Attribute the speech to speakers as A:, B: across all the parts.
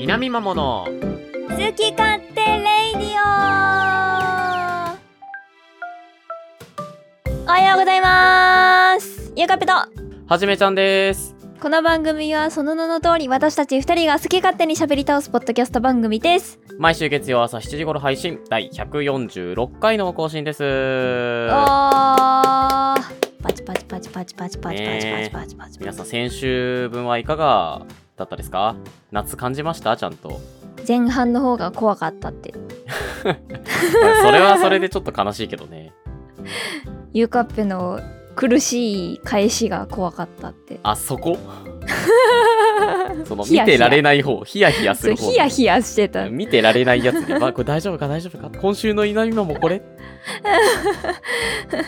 A: 南まもの
B: 好き勝手レイディオおはようございますゆうかぺと
A: はじめちゃんです
B: この番組はその名の通り私たち2人が好き勝手に喋り倒すポッドキャスト番組です
A: 毎週月曜朝7時頃配信第146回の更新です
B: おーパチパチパチパチパチパチパチパチパチパチ
A: 皆さん先週分はいかがだったですか夏感じましたちゃんと
B: 前半の方が怖かったって
A: それはそれでちょっと悲しいけどね
B: ゆうかっぺの苦しい返しが怖かった って
A: あそこその
B: ヒ
A: 見
B: ヤヒヤ
A: てられない方ヒヤヒヤす
B: そう
A: る方
B: ヒヤヒヤしてた
A: 見てられないやつで、まあ、これ大丈夫か大丈夫か今週の稲今もこ れ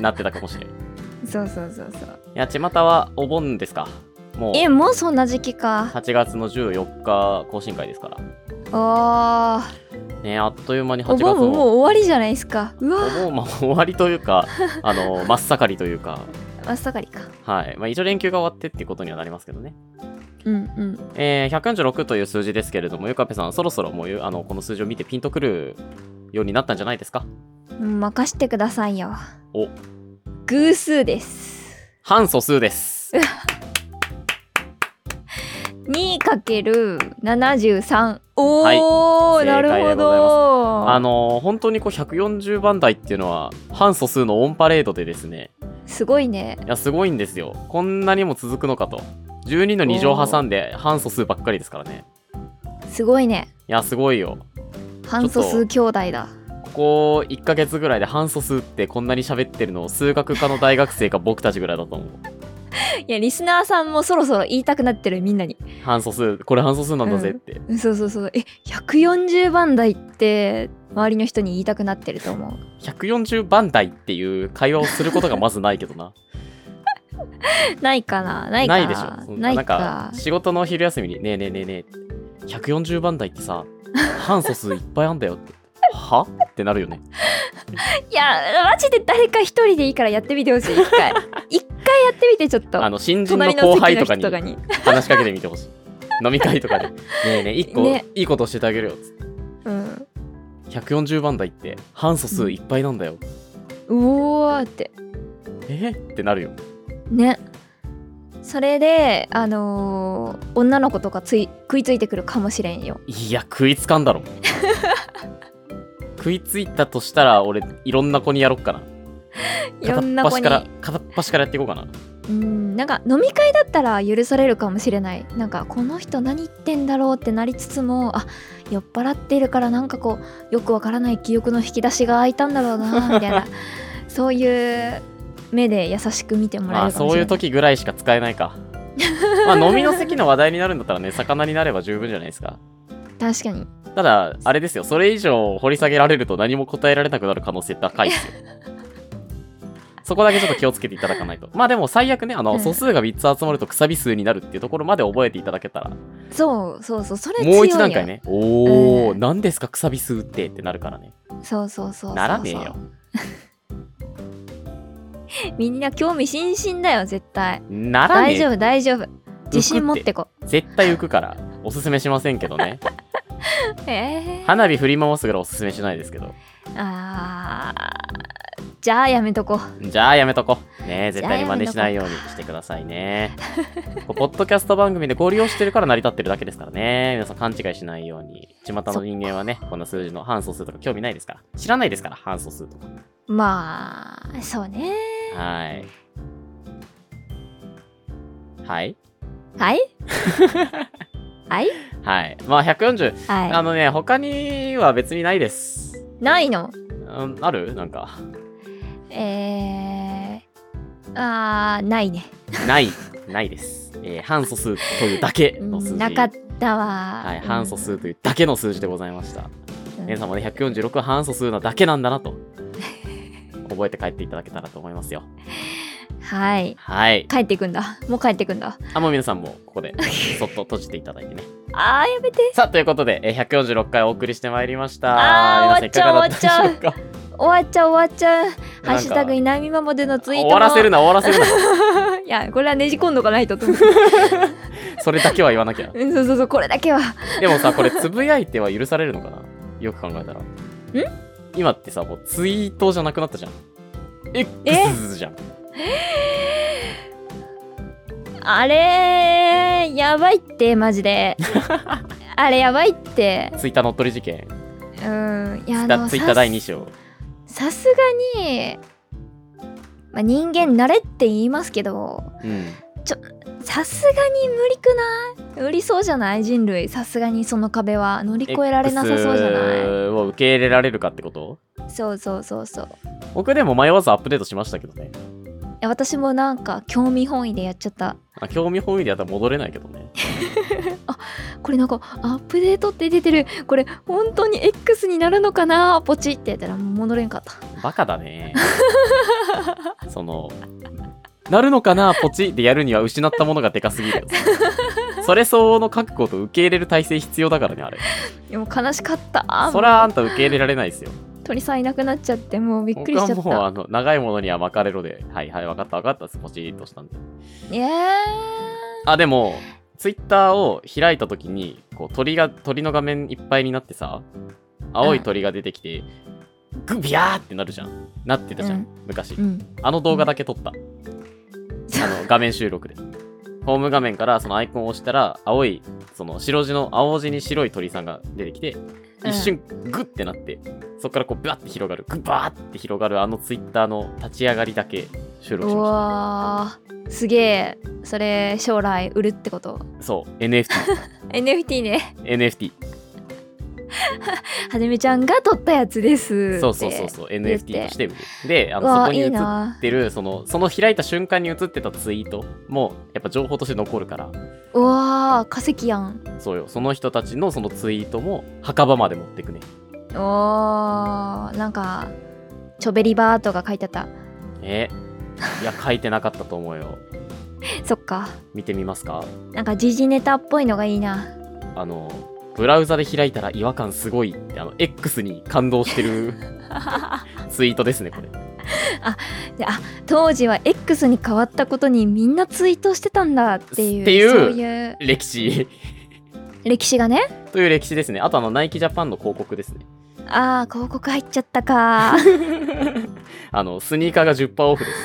A: なってたかもしれんい
B: そうそうそうそう
A: や巷はお盆ですかもう
B: えもうそんな時期か
A: 8月の14日更新会ですから
B: おー
A: ねあっという間に8
B: お
A: 月の
B: 盆ももう終わりじゃないですかうわ
A: お盆まあ終わりというか あの真っ盛りというか
B: 真っ盛りか
A: はいまあ一応連休が終わってっていうことにはなりますけどね
B: うんうん
A: えー、146という数字ですけれどもゆかぺさんそろそろもうゆあのこの数字を見てピンとくるようになったんじゃないですか
B: うん任してくださいよ
A: お
B: 偶数です
A: 半素数です
B: 2かける73お
A: はい正
B: ー、な
A: 解でございます
B: るほど
A: あのー本当にこう140番台っていうのは半素数のオンパレードでですね
B: すごいね
A: いやすごいんですよこんなにも続くのかと12の2乗挟んで半素数ばっかりですからね
B: すごいね
A: いやすごいよ
B: 半素数兄弟だ
A: ここ1ヶ月ぐらいで半素数ってこんなに喋ってるのを数学科の大学生か僕たちぐらいだと思う
B: いやリスナーさんもそろそろ言いたくなってるみんなに
A: 半素数これ半素数なんだぜって、
B: うんそうそうそうえ140番台って周りの人に言いたくなってると思う
A: 140番台っていう会話をすることがまずないけどな
B: ないかな ないか
A: ないでしょそん
B: ない
A: んか
B: か
A: 仕事の昼休みに「ねえねえねえねえ140番台ってさ半素数いっぱいあんだよ」って「は?」ってなるよね
B: いやマジで誰か一人でいいからやってみてほしい一 回一回やってみてちょっと
A: あの新人の
B: 隣
A: 後
B: の
A: 輩
B: 席の
A: とか
B: 人
A: に
B: とかに
A: 話しかけてみてほしい飲み会とかで「ねえねえ一個
B: ね
A: いいこと教えてあげるよ」つって
B: うん
A: 140番台って半素数いっぱいなんだよ、
B: うおーって
A: えってなるよ
B: ねそれであのー女の子とかつい食いついてくるかもしれんよ
A: いや食いつかんだろ食いついたとしたら俺いろんな子にやろっかない
B: ろんな子に
A: 片っ端から片っ端からやっていこうかな
B: うんなんか飲み会だったら許されるかもしれないなんかこの人何言ってんだろうってなりつつもあ酔っ払ってるからなんかこうよくわからない記憶の引き出しが開いたんだろうなみたい なそういう目で優しく見てもら
A: ま
B: え
A: あ
B: るかも
A: そ
B: し
A: うい
B: れ
A: う
B: ない
A: 時ぐらいしか使えない かまあ飲みの席の話題になるんだったらね魚になれば十分じゃないですか
B: 確かに
A: ただあれですよそれ以上掘り下げられると何も答えられなくなる可能性高いですよそこだけちょっと気をつけていただかないとまあでも最悪ねあ
B: う
A: の
B: ん
A: 素数が3つ集まるとくさび数になるっていうところまで覚えていただけたら
B: そうそうそうそれ強いよ
A: もう一段階ね。おお、
B: う
A: なんん、何ですか、くさび吸うってってなるからね。
B: そうそうそうそうそう
A: ならねえよ。
B: みんな興味津々だよ絶対
A: ならね
B: 大
A: え。
B: 丈夫大丈夫自信持
A: 浮
B: っ
A: く
B: てこ
A: 絶対浮くから、おすすめしませんけど ね。
B: えー、
A: 花火振り回すぐらいおすすめしないですけど。
B: あーじゃあやめとこう
A: じゃあやめとこ。ねえ、
B: じゃ
A: 絶
B: あ
A: 対に真似しないようにしてくださいね。こうポッドキャスト番組でご利用してるから成り立ってるだけですからね。皆さん勘違いしないように。巷の人間はね、こんな数字の半素数とか興味ないですから。知らないですから、半素数 とか。
B: まあそうね
A: はい。はい。
B: はいはい
A: はい。まあ、140。あ
B: は
A: のね、他には別にないです。
B: いないの
A: うん、あるなんか。
B: えー、あーないね
A: ない、ないです。えー、半素数というだけの数字。
B: なかったわ
A: はい、
B: うん
A: 半素数というだけの数字でございました。
B: うん
A: 皆さんもね、146は半素数なだけなんだなと。覚えて帰っていただけたらと思いますよ。
B: はい
A: はい。
B: 帰ってくんだもう帰ってくんだ
A: あ、もう皆さんもここ で、そっと閉じていただいてね。
B: あーやめて
A: さあ、ということで、えー146回お送りしてまいりました。皆
B: あー
A: さんいかがだたでしょうか
B: 終わっちゃう終わっちゃう「
A: か
B: ハッシュタグいないみまま」でのツイー
A: 終
B: トも
A: わらせるな、終わらせるな。
B: いやこれはねじ込んどかないとと思って
A: それだけは言わなきゃ。
B: うんそうそうそうこれだけは
A: でもさ、これ、つぶやいては許されるのかなよく考えたら。ん今ってさ、もうツイートじゃなくなったじゃん。X じゃん。
B: あれーやばいってマジであれやばいって
A: ツイッター乗っ取り事件。
B: うんいやあの
A: ツイッター第
B: さ
A: 2章。
B: さすがに、まあ、人間慣れって言いますけど
A: うん。
B: さすがに無理くない無理そうじゃない人類さすがにその壁は乗り越えられなさそうじゃな
A: X を受け入れられるかってこと
B: いそうそうそうそうい
A: 僕でも迷わずアップデートしましたけどね。
B: や私もなんか興味本位でやっちゃった
A: あ興味本位でやったら戻れないけどね。
B: これなんかアップデートって出てるこれ本当に X になるのかなポチってやったらもう戻れんかった
A: バカだ ね。その、なるのかな、ポチでやるには失ったものがでかすぎるよ。それ相応の覚悟と受け入れる体制必要だからね、あれ。
B: でも悲しかった
A: そらあんた受け入れられないですよ。
B: 鳥さんいなくなっちゃってもう びっく
A: 僕
B: りし
A: は
B: ちゃっ
A: もう
B: た
A: あの長いものには巻かれろで、はいはい、分かった分かったっす、ポチーっとしたんで。
B: いや
A: あ、でも、ツイッターを開いた時に、こう鳥が、鳥の画面いっぱいになってさ、青い鳥が出てきて、グビャーってなるじゃん。なってたじゃん、
B: うん
A: 昔
B: ーう。ん
A: あの動画だけ撮った。あの画面収録で。ホーム画面からそのアイコンを押したら、青い、その白地の、青地に白い鳥さんが出てきて、一瞬グッてなって、そこからこうバッて広がる、グバーって広がるあのツイッターの立ち上がりだけ収録し
B: う
A: ま
B: わーすげえそれ将来売るってこと
A: した。そう、NFT。
B: NFT ね
A: NFT。
B: はじめちゃんが撮ったやつです
A: そうそうそう
B: っ
A: そう、
B: 言って
A: NFT として売る。で、あ
B: てう
A: のそ
B: わ
A: こに
B: い
A: 映
B: い
A: っ
B: な
A: てる、その、その開いた瞬間に映ってたツイートも、やっぱ情報として残るから、
B: うわー化石やん
A: そうよ、その人たちのそのツイートも、墓場まで持ってくね。
B: おーなんかチョベリバーとか書いてあった
A: えいや書いてなかったと思うよ
B: そっか
A: 見てみますか
B: なんか時事ネタっぽいのがいいな
A: あのブラウザで開いたら違和感すごいってあの X に感動してるツイートですねこれ
B: であ当時は X に変わったことにみんなツイートしてたんだっていう
A: っていう
B: そういう
A: 歴史
B: 歴史がね
A: という歴史ですねあとあのナイキジャパンの広告ですね
B: あー広告入っちゃった か
A: あのスニーカーが10%オフです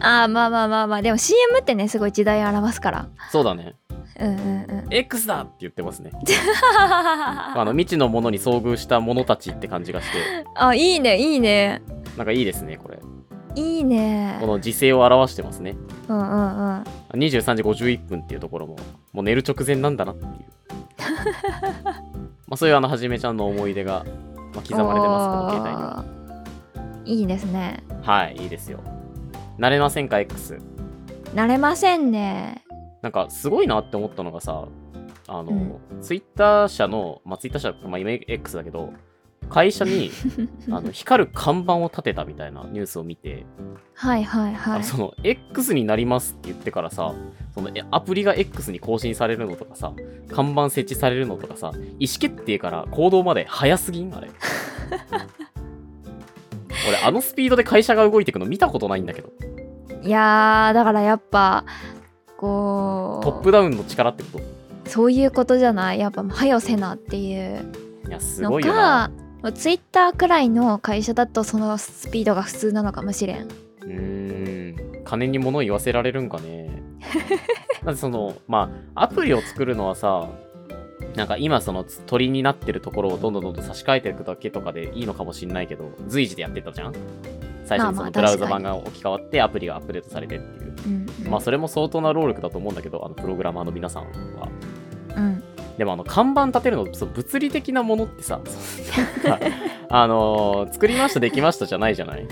B: あーまあまあまあまあでも CM ってねすごい時代を表すから
A: そうだね
B: うんうんうん
A: X だって言ってますねあの未知のものに遭遇した者たちって感じがして
B: あいいねいいね
A: なんかいいですねこれこ
B: いいね
A: の時勢を表してますね
B: うんうんうん
A: 23時51分っていうところももう寝る直前なんだなっていう まあそういうあのはじめちゃんの思い出が、まあ、刻まれてますこの携帯には
B: 帯いいですね
A: はいいいですよ慣れませんか X
B: 慣れませんね
A: なんかすごいなって思ったのがさあの、ツイッター社の、まあ、ツイッター社、まあ、今 X だけど会社にあの光る看板を立てたみたいなニュースを見て、
B: はいはい
A: あ
B: は
A: の
B: い
A: その X になりますって言ってからさそのえアプリが X に更新されるのとかさ看板設置されるのとかさ意思決定から行動まで早すぎんあ れ俺あのスピードで会社が動いていくの見たことないんだけど
B: いやーだからやっぱこう
A: トップダウンの力ってこ
B: そういうことじゃないやっぱもう早よせなっていう
A: といやす
B: の
A: ごいよな
B: かツイッターくらいの会社だとそのスピードが普通なのかもしれん
A: うーん金に物言わせられるんかね だってそのまあアプリを作るのはさなんか今その鳥になってるところをどんどんどんどん差し替えていくだけとかでいいのかもしんないけど随時でやってたじゃん最初にそ
B: まあま
A: の
B: あ
A: ブラウザ
B: 確か
A: 版
B: に
A: が置き換わってアプリがアップデートされてっていう
B: うんうん
A: まあそれも相当な労力だと思うんだけどあのプログラマーの皆さんは
B: うん
A: でもあの看板立てるのそう物理的なものって さ そうなんかあのー作りましたできましたじゃないじゃない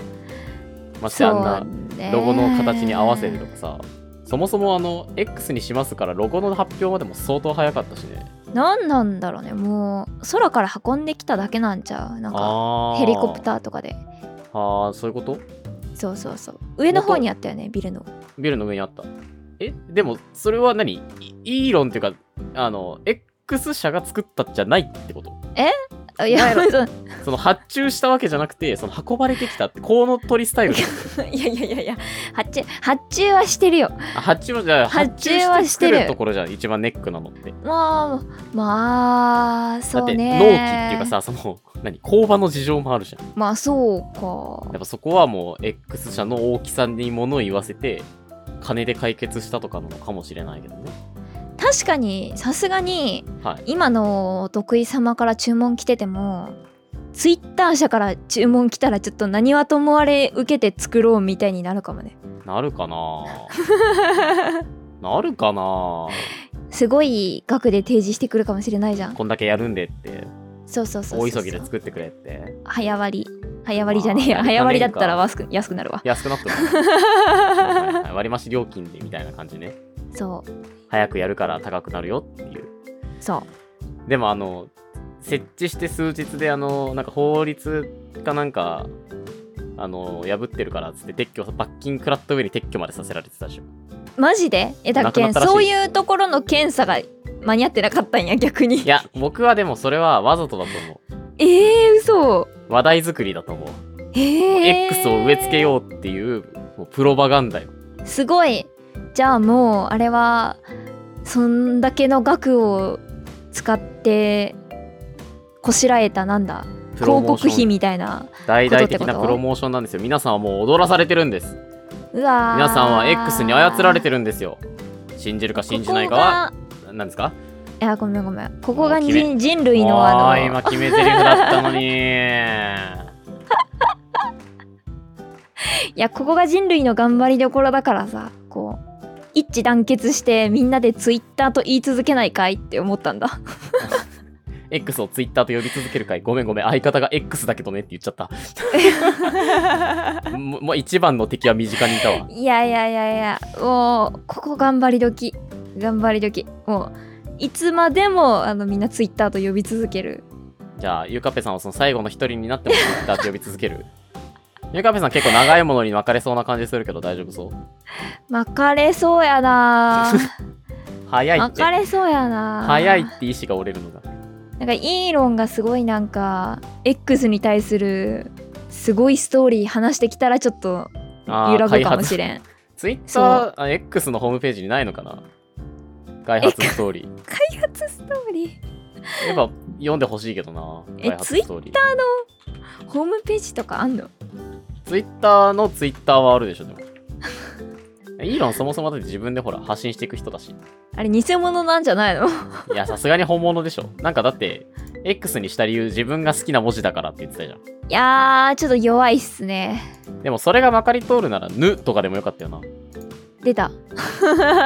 A: ましてあんなロゴの形に合わせると
B: と
A: かさそもそもあの X にしますからロゴの発表までも相当早かったしね
B: 何なんだろうねもう空から運んできただけなんちゃうなんか
A: あ
B: ヘリコプ
A: ー
B: ターとかで
A: あーそういうこと
B: そうそうそう上の方にあったよねビルの
A: ビルの上にあったえでもそれは何イイーロンっていうかあの X 社が作ったんじゃないってこと
B: あいや
A: お前
B: そう
A: その発注したわけじゃなくて、その運ばれてきたって、コウノトリスタイルだよ。
B: いやいやいやいや発注発注はしてるよ
A: あ発注は、じゃあ、
B: 発注はしてる
A: 発注作ところじゃん一番ネックなのって。
B: まあまあ
A: だっ
B: そう
A: て、
B: ね
A: 納期っていうかさ、その、何、工場の事情もあるじゃん。
B: まあそうか
A: やっぱそこはもう、X 社の大きさに物を言わせて、金で解決したとかなのかもしれないけどね。
B: 確かにさすがに
A: はい。
B: 今のお得意様から注文来ててもツイッター社から注文来たらちょっと何はともあれ受けて作ろうみたいになるかもね
A: なるかななるかな
B: すごい額で提示してくるかもしれないじゃん
A: こんだけやるんでって、
B: そうそうそうそ
A: 大
B: うそう
A: 急ぎで作ってくれって。
B: 早割り早割りじゃねえ
A: ま
B: や
A: あ
B: 早割りだったら安く安くなるわ
A: 安くなってもはいはいはい割増料金でみたいな感じね。
B: そう
A: 早くやるから高くなるよっていう。
B: そ
A: でもあの、設置して数日であの、なんか法律かなんか、あの、破ってるからっつって撤去、罰金食らった上に撤去までさせられてたでしょ。
B: うマジでえだっけ
A: なくなったらしい
B: そういうところの検査が間に合ってなかったんや逆に
A: いや、僕はでもそれはわざとだと思
B: えー、
A: う。
B: 嘘
A: 話題作りだと思う。
B: えー、
A: X を植え付けようっていう、もうプロパガンダよ。
B: すごいじゃあもうあれはそんだけの額を使ってこしらえたなんだ
A: プロモ
B: 広
A: ー
B: 告
A: シ
B: 費
A: ョン。
B: みたいな
A: 大々的
B: ことってこ
A: な
B: と
A: プロモーションなんですよ。皆さんはもう踊らされてるんです。
B: うわー
A: 皆さんは X に操られてるんですよ。信じるか信じないかは、ななんですか
B: ここがいやごめんごめんここが
A: もう決め
B: 人人類のあ
A: おー
B: の
A: 今決め台詞だったのに。
B: いやここが人類の頑張りどころだからさこう一致団結してみんなでツイッターと言い続けないかいって思ったんだ
A: X を Twitter と呼び続けるかいごめんごめん相方が X だけどねって言っちゃっ たもうもう一番の敵は身近にいたわ
B: いやいやいやいやもうここ頑張り時頑張り時もういつまでもあのみんなツイッターと呼び続ける
A: じゃあゆかぺさんはその最後の一人になっても Twitter と呼び続ける ゆかぺさん結構長いものに巻かれそうな感じするけど大丈夫そう
B: 巻かれそうや な
A: 早いっ
B: 巻
A: て
B: かれそうやな
A: 早いって意思が折れるのが
B: なんかイーロンがすごいなんか X に対するすごいストーリー話してきたらちょっと
A: あー
B: 揺らぐ
A: 開
B: か
A: 発
B: もしれんそ
A: Twitter あ X のホームページにないのかな開発ストーリー
B: 開発ストーリー
A: やっぱ読んでほしいけどな
B: え
A: 開発ストーリー
B: ホームページとかあんの
A: ツイッターのツイッターはあるでしょ、で も。イーロンそもそもだって自分でほら発信していく人だし。
B: あれ偽物なんじゃないの
A: いや、さすがに本物でしょ。なんかだって、X にした理由自分が好きな文字だからって言ってたじゃ
B: いやーちょっと弱いっすね
A: ん。でもそれがまかり通るなら、ぬとかでもよかったよな。
B: 出た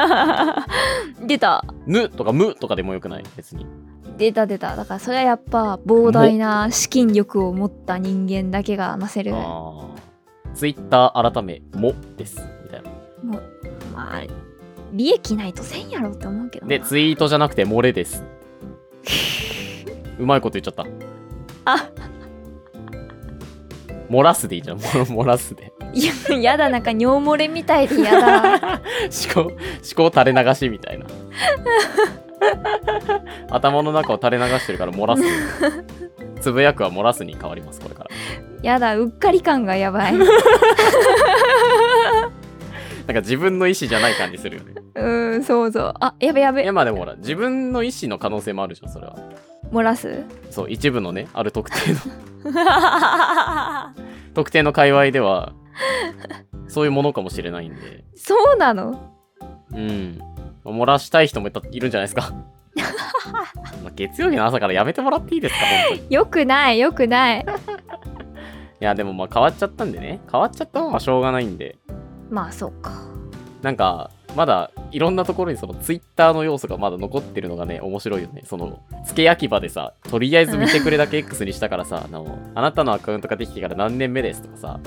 B: 出た
A: ぬとかむとかでもよくない別に。
B: 出た出ただからそれはやっぱ膨大な資金力を持った人間だけがなせるも
A: ああ。ツイッター改め、もです。みたいな。
B: うまあ利益ないとせんやろって思うけどな
A: で、ツイートじゃなくて、漏れです。うまいこと言っちゃった。
B: あ
A: 漏らすでいいじゃん。 漏らすで。
B: いややだなんか尿漏れみたいでや
A: 思
B: だ
A: 考思考垂れ流しみたいな頭の中を垂れ流してるから漏らすつぶやくは漏らすに変わりますこれから
B: やだうっかり感がやばいう
A: なんか自分の意思じゃない感じするよね
B: ーんそうそうあやべや
A: い
B: べ
A: やまあでもほら自分の意思の可能性もあるじゃんそれは
B: 漏らす
A: そう一部のねある特定の 特定の界隈ではそういうものかもしれないんで
B: そうなの
A: うん漏らしたい人もいたいるんじゃないですかまあ月曜日の朝からやめてもらっていいですか本当に
B: よくないよくない
A: いやでもまあ変わっちゃったんでね変わっちゃったのはしょうがないんで
B: まあそうか
A: なんかまだいろんなところにそのツイッターの要素がまだ残ってるのがね面白いよねその付け焼き場でさとりあえず見てくれだけ X にしたからさあのあなたのアカウントができてから何年目ですとかさ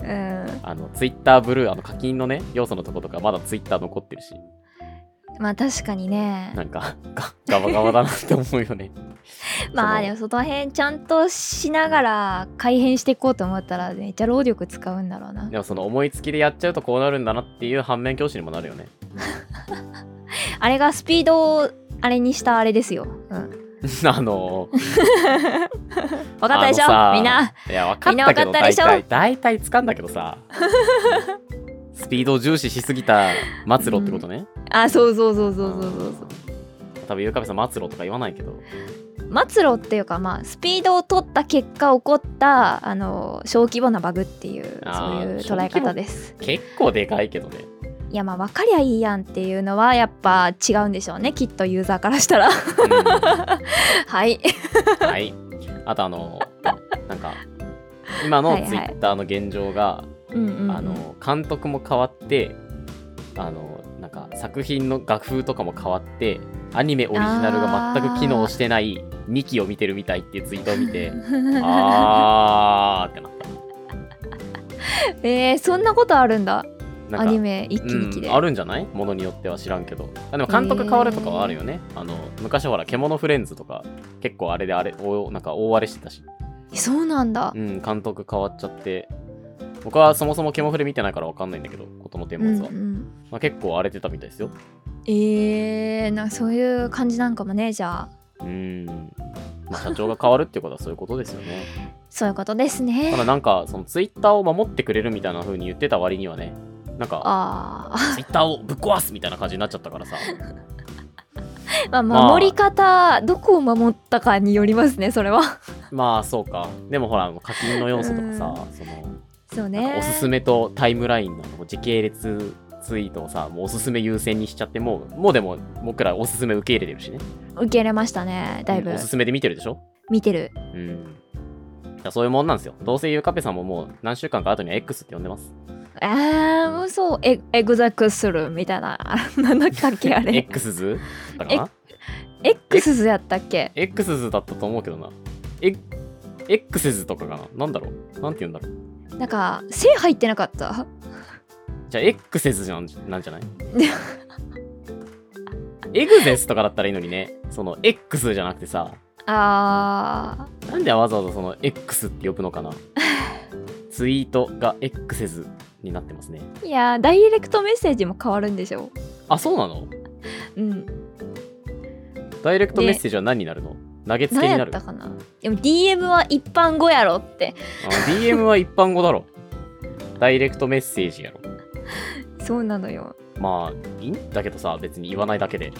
B: うーん
A: あのツイッターブルーあの課金のね要素のとことかまだツイッター残ってるし
B: まあ確かにね
A: なんか がガバガバだなって思うよね
B: まあ
A: その
B: でもその辺ちゃんとしながら改変していこうと思ったらめっちゃ労力使うんだろうな
A: でもその思いつきでやっちゃうとこうなるんだなっていう反面教師にもなるよね
B: あれがスピードをあれにしたあれですよ、うん、
A: あの
B: 分かったでし
A: あのさ
B: ょみんな。
A: いや分かったけど
B: みんな分かったで
A: 大
B: しょ
A: 体大体つかんだけど さスピードを重視しすぎた末路ってことね、
B: あそうそうそうそうそうそうそう
A: 多分ゆうかべさん末路とか言わないけど
B: 末路っていうかまあスピードを取った結果起こったあの小規模なバグっていう
A: あ
B: そう
A: ー
B: いう捉え方です
A: 結構でかいけど ね
B: いやまあ分かりゃいいやんっていうのはやっぱ違うんでしょうねきっとユーザーからしたら はい
A: はい。あとあの、なんか、今の
B: はいはい
A: ツイッターの現状が、
B: うんうんうん
A: あの、監督も変わって、あの、なんか作品の画風とかも変わって、アニメオリジナルが全く機能してない2期を見てるみたいっていうツイートを見 て、あーってなっ
B: えー、そんなことあるんだ
A: た。
B: ア
A: なん
B: ニ
A: か
B: メ一気にきで、
A: うん、あるんじゃないものによっては知らんけどあでも監督変わるとかはあるよね、あの昔ほら「獣フレンズ」とか結構あれであれおなんか大荒れしてたし
B: そうなんだ
A: うん、監督変わっちゃって僕はそもそもケモフレ見てないから分かんないんだけどことの天
B: うん
A: 末
B: う
A: は、
B: ん
A: まあ、結構荒れてたみたいですよ
B: えー、なんかそういう感じなんかもねじゃあ
A: うん、まあ、社長が変わるってことはそういうことですよね
B: そういうことですね
A: ただなんかそのツイッターを守ってくれるみたいな風に言ってた割にはねなんか
B: あー
A: ツイッターをぶっ壊すみたいな感じになっちゃったからさ
B: まあ、
A: まあ
B: 守り方、どこを守ったかによりますねそれは
A: まあそうかでもほら課金の要素とかさその
B: そう
A: なん
B: ね
A: かおすすめとタイムラインのもう時系列ツイートをさもうおすすめ優先にしちゃってもうもうでも僕らおすすめ受け入れてるしね
B: 受け入れましたねだいぶ
A: おすすめで見てるでしょ
B: 見てる
A: うん。だからそういうもんなんですよ。どうせゆうかぺさんももう何週間か後には X って呼んでます。
B: あーもうそうエエグザクスルみたいな なんだったっけ あれ
A: X 図だったかな
B: X 図やったっけ
A: ?X 図だったと思うけどな。え X 図とかかななんだろうなんて言うんだろう
B: なんか線入ってなかった
A: じゃあ X 図じゃんなん じゃないエグゼスとかだったらいいのにね、その X じゃなくてさ、
B: あ
A: なんでわざわざその X って呼ぶの かなツイートが X 図になってますね。
B: ーいやーダイレクトメッセージも変わるんでしょ
A: あ、そうなの
B: うん
A: ダイレクトメッセージは何になるの投げつけ
B: 何
A: に
B: や
A: な
B: っ
A: る
B: たかなでも DM は一般語やろって
A: あ DM は一般語だろ。ダイレクトメッセージやろ。
B: そうなのよ
A: まあ、いいんだけどさ、別に言わないだけで。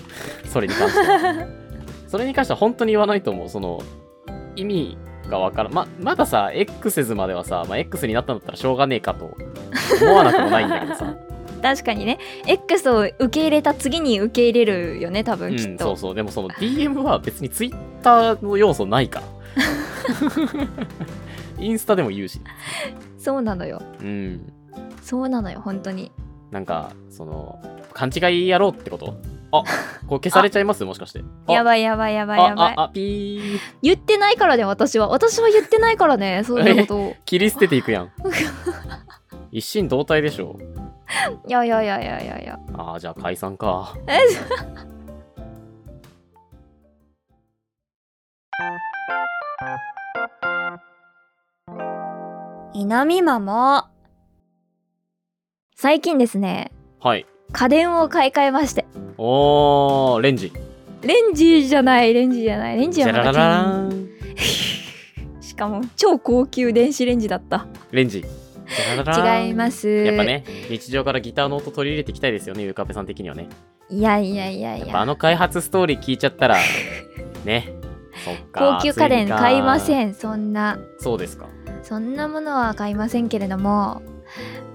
A: それに関して は。それに関しては本当に言わないと思う。その、意味がわからん。ま、まださ、X 図まではさ、まあ、X になったんだったらしょうがねえかと思わなくもないんだけどさ。
B: 確かにね X を受け入れた次に受け入れるよね多
A: う
B: 分 きっ
A: ん、そ
B: と、
A: うそう。でもその DM は別に Twitter の要素ない から。インスタでも言うし。
B: そうなのよ
A: うん。
B: そうなのよ本当に
A: なんか、その、勘違いやろうってことあこれ消されちゃいますもしかして。あ
B: やばいやばいやばいやば
A: あ
B: い
A: ああピー
B: 言ってないからね私は私は言ってないから ねそういうことを
A: 切り捨てていくやん一心同体でしょ
B: いやいやいやいやいやい や
A: ああじゃあ解散か
B: え南マも最近ですね
A: はい
B: 家電を買い替えまして
A: おーレンジ
B: レンジじゃないレンジじゃないレンジ
A: じ
B: じゃ
A: ゃら
B: な
A: ららら
B: い
A: ーん
B: しかも超高級電子レンジだった
A: レンジじゃらららーん
B: 違います
A: やっぱね日常からギターの音取り入れていきたいですよねゆうかぺさん的にはね
B: いやいやいやい
A: や
B: や
A: っぱあの開発ストーリー聞いちゃ ったらねそっか
B: 高級家電買いま
A: ん
B: せんそんな
A: そうですか
B: そんなものは買いませんけれども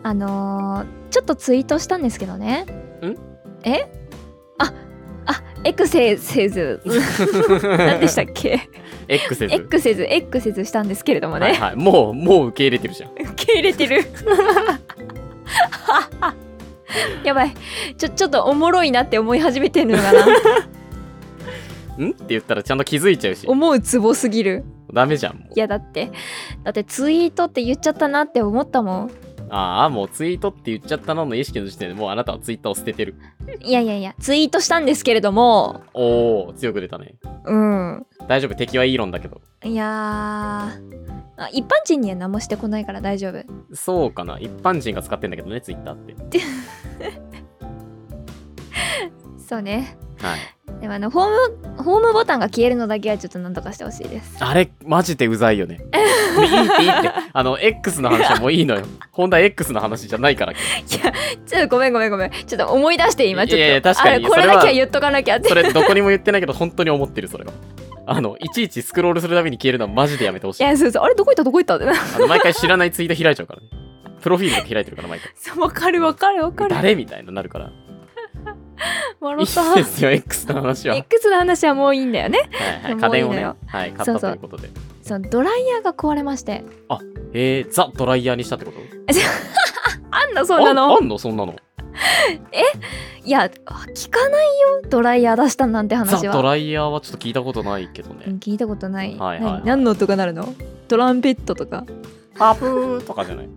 B: あのーちょっとツイートしたんですけどねえああエクセ セズ何でしたっけ
A: X です
B: エクセズエクセズしたんですけれどもね、
A: はいはい、もうもう受け入れてるじゃん
B: 受け入れてる やばいちょちょっとおもろいなって思い始めてるのかな
A: んって言ったらちゃんと気づいちゃうし
B: 思うツボすぎる
A: ダメじゃんもう
B: いやだってだってツイートって言っちゃったなって思ったもん
A: ああもうツイートって言っちゃったのの意識の時点でもうあなたはツイッターを捨ててる
B: いやいやいやツイートしたんですけれども
A: おお強く出たね
B: うん
A: 大丈夫敵はイーロンだけど
B: いやーあ一般人には何もしてこないから大丈夫
A: そうかな一般人が使ってんだけどねツイッターって
B: そうね
A: はい
B: でもあのホームホームボタンが消えるのだけはちょっとなんとかしてほしいです
A: あれ、マジでうざいよね。いいっていいって。あの、X の話はもういいのよ。本題 X の話じゃないから。
B: ちょっとごめんごめんごめんちょっと思い出して今ちょっと
A: いやいや確かに
B: あれこれ
A: それは
B: だけは言っとかなきゃって
A: それ、どこにも言ってないけど、本当に思ってる、それは。あの、いちいちスクロールするために消えるのはマジでやめてほし
B: い
A: い。あ
B: やそうそうあれどこ行ったどこ行ったって な
A: の、毎回知らないツイート開いちゃうからね。プロフィールとか開いてるから、毎回。
B: そうわかるわかるわかる
A: 誰みたいななるから。い
B: 笑った
A: いですよ、X の話は。はい
B: X の話はもういいんだよね
A: はい、
B: もういい
A: 家電を
B: の
A: ね、
B: よ
A: はい、買っ
B: そ
A: たと
B: うそ
A: いううことで。
B: そのドライヤーが壊れまして
A: えー、ザ・ドライヤーにしたってこと
B: あんなそんな
A: あ
B: の
A: あんのそんなの。
B: いや聞かないよドライヤー出したなんて
A: ザ・
B: 話
A: ド
B: は
A: ライヤーはちょっと聞いたことないけど
B: うん
A: ね。
B: 聞いたことない,、
A: はいはいはい
B: 何何の音が鳴るのトランペットとか
A: パプーとかじゃない。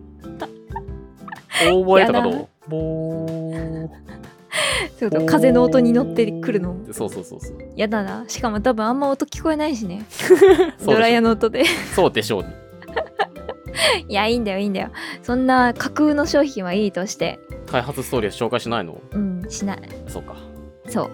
A: 大声とかど
B: や
A: うボー。
B: そうそう風の音に乗ってくるの
A: そうそうそうそう。
B: やだなしかも多分あんま音聞こえないしね
A: そうでしょ
B: ドライヤーの音で
A: そうでしょうね。
B: いやいいんだよいいんだよそんな架空の商品はいいとして
A: 開発ストーリーは紹介しないの
B: うんしない
A: そうか。
B: そう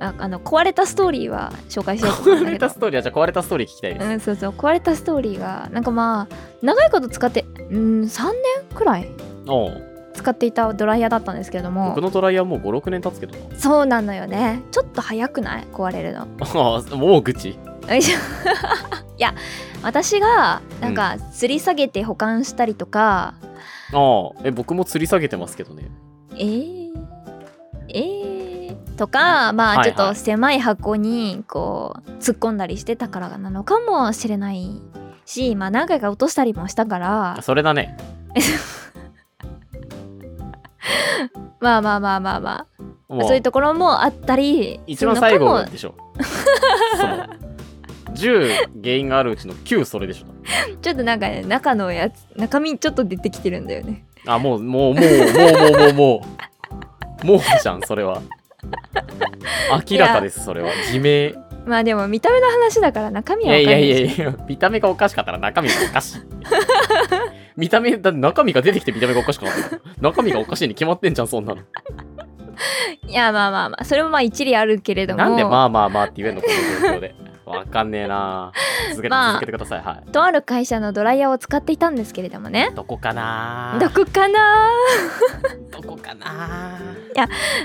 B: ああの壊れたストーリーは紹介しようと思うん
A: 壊
B: だ
A: れ
B: け
A: た
B: ど
A: ストーリーはじゃあ壊れたストーリー聞きたいです。
B: うん、そうそう壊れたストーリーがなんかまあ長いこと使ってうん3年くらい
A: おう
B: 使っていたドライヤーだったんですけれども
A: 僕のドライヤーもう5、6年経つけどな。
B: そうなのよねちょっと早くない壊れるの
A: ああ、もう愚痴。
B: よいしょ いや私がなんか吊り下げて保管したりとか、
A: ああ、え、僕も吊り下げてますけどね。
B: えー、えー、とかま
A: は
B: あ
A: いは
B: ち
A: い
B: ょっと狭い箱にこう突っ込んだりしてたからなのかもしれないしまあ何回か落としたりもし たから
A: それだね。
B: まあまあまあまあまあ
A: も
B: そういうところもあったり
A: 一番最後
B: する
A: でしょ。その10原因があるうちの9それでしょ。
B: のかもちょっとなんかね中のやつ中身ちょっと出てきてるんだよね
A: あ、もう、もう、もう、もう、もう、もう、もう、もうじゃん、それは。明らかです、それは。自明。い
B: まあでも見た目の話だから中身は
A: や
B: 分
A: い
B: かんな
A: や
B: い
A: いや
B: し
A: いや、見た目がおかしかったら中身がおかしい。見た目、だって中身が出てきて見た目がおかしくなったの中身がおかしいに決まってんじゃん、そんなの。
B: いやまあまあまあそれもまあ一理あるけれども
A: なんでまあまあまあって言えんの、この状況で。わかんねえな続けて、
B: まあ
A: 続けてください。はい。
B: とある会社のドライヤーを使っていたんですけれどもね
A: どこかな
B: どこかな
A: どこかな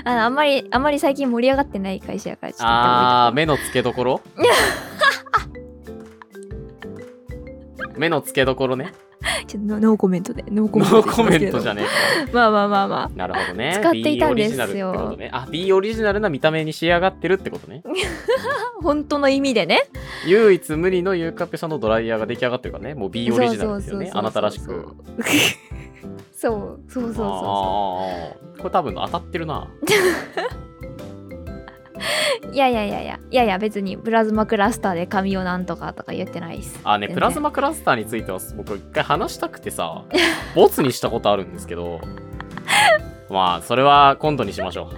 B: あのあんまりあんまり最近盛り上がってない会社やからちょっと行った
A: あー、目の付けどこ ろ目の付けどころね。
B: 方がいいちょっとノノーコメントでノーコメ
A: ノ
B: ント
A: ーコメントじゃ
B: ん
A: ねえか。
B: まあまあまあま
A: なるほどね。
B: 使っていたんで
A: B
B: すよ
A: オリジナルってことね。あ、B オリジナルな見た目に仕上がってるってことね。
B: あ本当の意味でね
A: 唯一無二のゆうかぺさんのドライヤーが出来上がってるからね。もう B オリジナルですよね。あなたらしく。
B: そう そうそうそうそうそ
A: あーこれ多分当たってるな。
B: ういやいやいやいやいやいや別にプラズマクラスターで髪をなんとかとか言ってないです
A: あね、
B: 全然
A: プラズマクラスターについては僕一回話したくてさ、 ボツにしたことあるんですけ ど。まあ、それは今度にしましょう。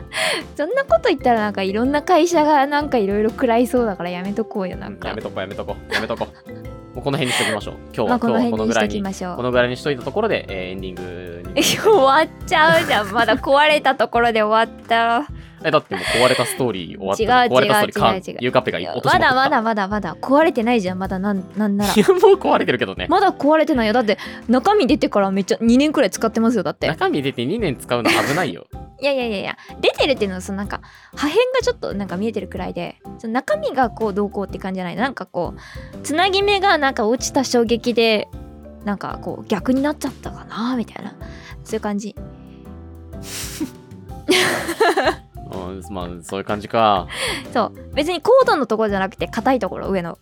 B: そんなこと言ったらなんかいろんな会社がなんかいろいろ食らいそうだからやめとこうよなん
A: や
B: か
A: めとこうやめとこうやめとこう。もうこの辺にしときまし ょう。今日は、
B: まあこの
A: 今日はこ
B: 辺
A: の
B: に
A: ぐ
B: し
A: ら
B: と
A: い
B: き
A: に。
B: ましょう
A: このぐらいにしといたところで、えーエンディングに。
B: 終わっちゃうじゃんまだ壊れたところで終わったら
A: えだってもう壊れたストーリー終わったから
B: 違う
A: 壊れたストーリーか
B: 違う違う違う
A: ゆうかぺが落としま
B: ま
A: くった
B: だまだまだまだ壊れてないじゃんまだなんなんな ら
A: いやもう壊れてるけどね、
B: まだ壊れてないよだって中身出てからめっちゃ2年くらい使ってますよだって
A: 中身出て2年使うの危ないよ
B: いやいやいやいや出てるっていうのはそのなんか破片がちょっとなんか見えてるくらいでその中身がこうどうこうって感じじゃないなんかこうつなぎ目がなんか落ちた衝撃でなんかこう逆になっちゃったかなみたいなそういう感じ
A: うんまあそういう感じか、
B: そう別にコードのところじゃなくて硬いところ上の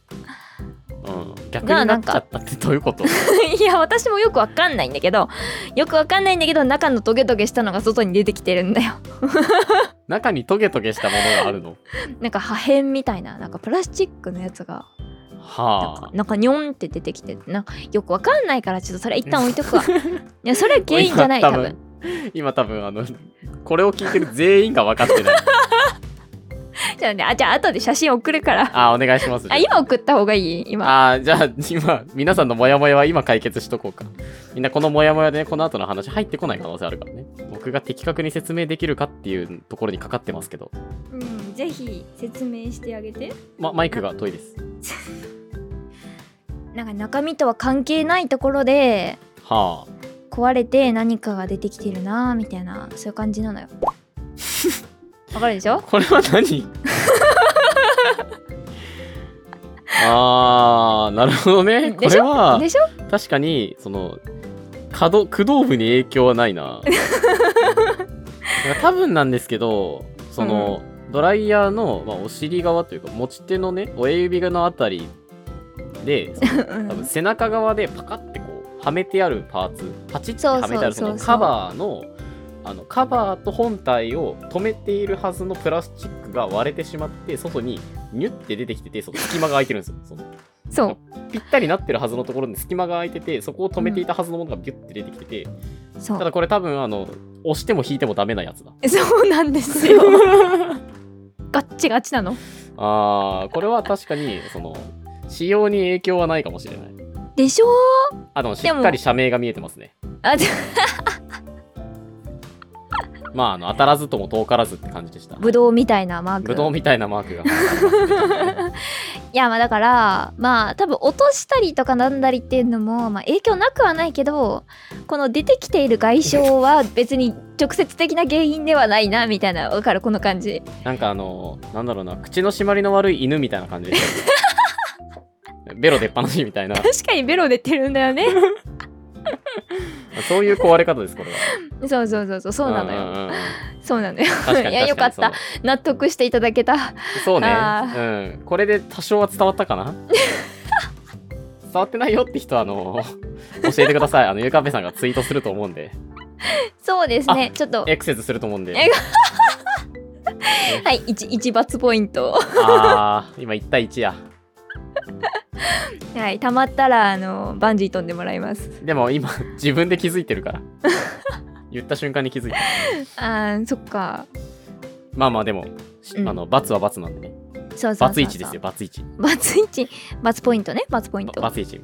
A: うん、逆になっちゃったってどういう こと
B: いや私もよくわかんないんだけどよくわかんないんだけど中のトゲトゲしたのが外に出てきてるんだよ
A: 中にトゲトゲしたものがあるの
B: なんか破片みたいななんかプラスチックのやつがなん
A: はあ
B: かなんかニョンって出てきてなんかよくわかんないからちょっとそれ一旦置いと くわいやそれは原因じゃない
A: 今
B: 多
A: 多
B: 分
A: 分今多分あのこれを聞いてる全員が分かって ない
B: じゃあねあじゃあ後で写真送るから
A: あお願いします
B: あ今送った方がいい今
A: あーじゃあ今皆さんのモヤモヤは今解決しとこうかみんなこのモヤモヤでねこの後の話入ってこない可能性あるからね僕が的確に説明できるかっていうところにかかってますけど
B: うん
C: ぜひ説明してあげて
A: ま、マイクが遠いです。
B: なんか中身とは関係ないところで
A: はあ。
B: 壊れて何かが出てきてるなみたいなそういう感じ なのよわかるでしょ
A: これは 何あー、なるほどね。こ
B: でし
A: れ
B: ょ
A: は
B: でしょ
A: 確かに、その、可動駆動部に影響はないな。多分なんですけど、その、ドライヤーの、まあ、お尻側というか、持ち手のね、親指のあたりで、その多分背中側でパカってこうはめてあるパーツパチッてはめてあるそ
B: そうそうそうそう
A: のカバーのあのカバーと本体を止めているはずのプラスチックが割れてしまって外にニュッて出てきててその隙間が空いてるんですよその
B: そう
A: ぴったりなってるはずのところに隙間が空いててそこを止めていたはずのものがビュッて出てきてて、
B: そ
A: た
B: う
A: だこれ多分あの押しても引いてもダメなやつだ
B: そうなんです よガッチガチなの
A: あーこれは確かにその仕様に影響はないかもしれない
B: でしょ
A: あでもし
B: でも
A: っかり社名が見えてますね
B: あ で
A: まああの当たらずとも遠からずって感じでした
B: ぶどうみたいなマーク
A: ブドウみたいなマークが。
B: いやまあだからまあ多分落としたりとかなんだりっていうのも、まあ、影響なくはないけどこの出てきている外傷は別に直接的な原因ではないなみたいなわかるこの感じ
A: なんかあの、なんだろうな、口の締まりの悪い犬みたいな感じでした。ベロ出っ放しみたいな、
B: 確かにベロ出てるんだよね
A: そういう壊れ方です、これは。
B: そうそうそうそうそうなのよ、
A: んうんうん
B: そうなのよ
A: 確かに確かに
B: いやよかっ
A: その
B: た納得していただけた
A: そうね。
B: あ
A: うん。これで多少は伝わったかな 伝わってないよって人は、あ の、教えてください。あの、ゆかべさんがツイートすると思うんで、
B: そうですねちょっと
A: エクセスすると思うんで。
B: えはい一一罰ポイント
A: あー、今1対1や。
B: はいたまったらあのバンジー飛んでもらいます
A: でも今、自分で気づいてるから。言った瞬間に気づいてる。
B: あーそっか
A: まあまあ、でも、
B: うん
A: あの、罰は罰なんでね。
B: そうそうそうそう
A: バツイチですよ、バツイチ。
B: バツイチバツポイントねバツポイント
A: バツイチ。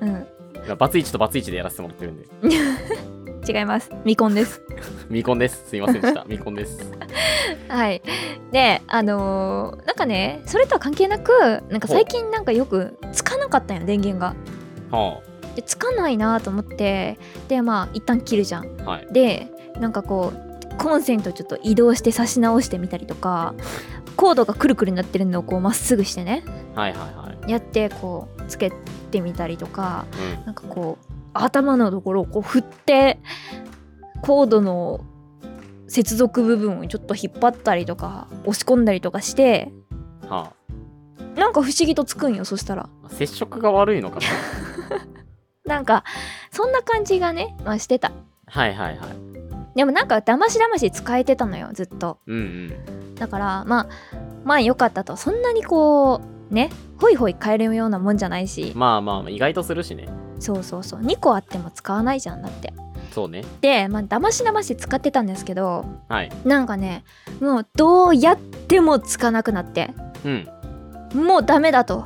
B: うん
A: バツイチとバツイチでやらせてもらってるんで。
B: 違います未婚です
A: 未婚です。すいませんで した。未婚です。
B: はいであのーなんかねそれとは関係なくなんか最近なんかよくつかなかったんよ電源が
A: は
B: でつかないなと思ってでまあ一旦切るじゃん
A: あ、はい。
B: でなんかこうコンセントちょっと移動して差し直してみたりとかコードがくるくるになってるのをこうまっすぐしてね
A: はいはいはい。
B: やってこうつけてみたりとか
A: うん。
B: なんかこう頭のところをこう振ってコードの接続部分をちょっと引っ張ったりとか押し込んだりとかして
A: は
B: なんか不思議とつくんよそしたら
A: あ。接触が悪いのかな
B: なんかそんな感じがね、まあ、してた
A: はいはいはい。
B: でもなんかだましだまし使えてたのよずっと
A: うんうん。
B: だからまあまあ良かったとそんなにこうねホイホイ変えるようなもんじゃないし
A: まあまあまあ、意外とするしね。
B: そうそうそう2個あっても使わないじゃんだって
A: そうね。
B: でまあだましだまし使ってたんですけど
A: はい。
B: なんかねもうどうやってもつかなくなって
A: うん。
B: もうダメだと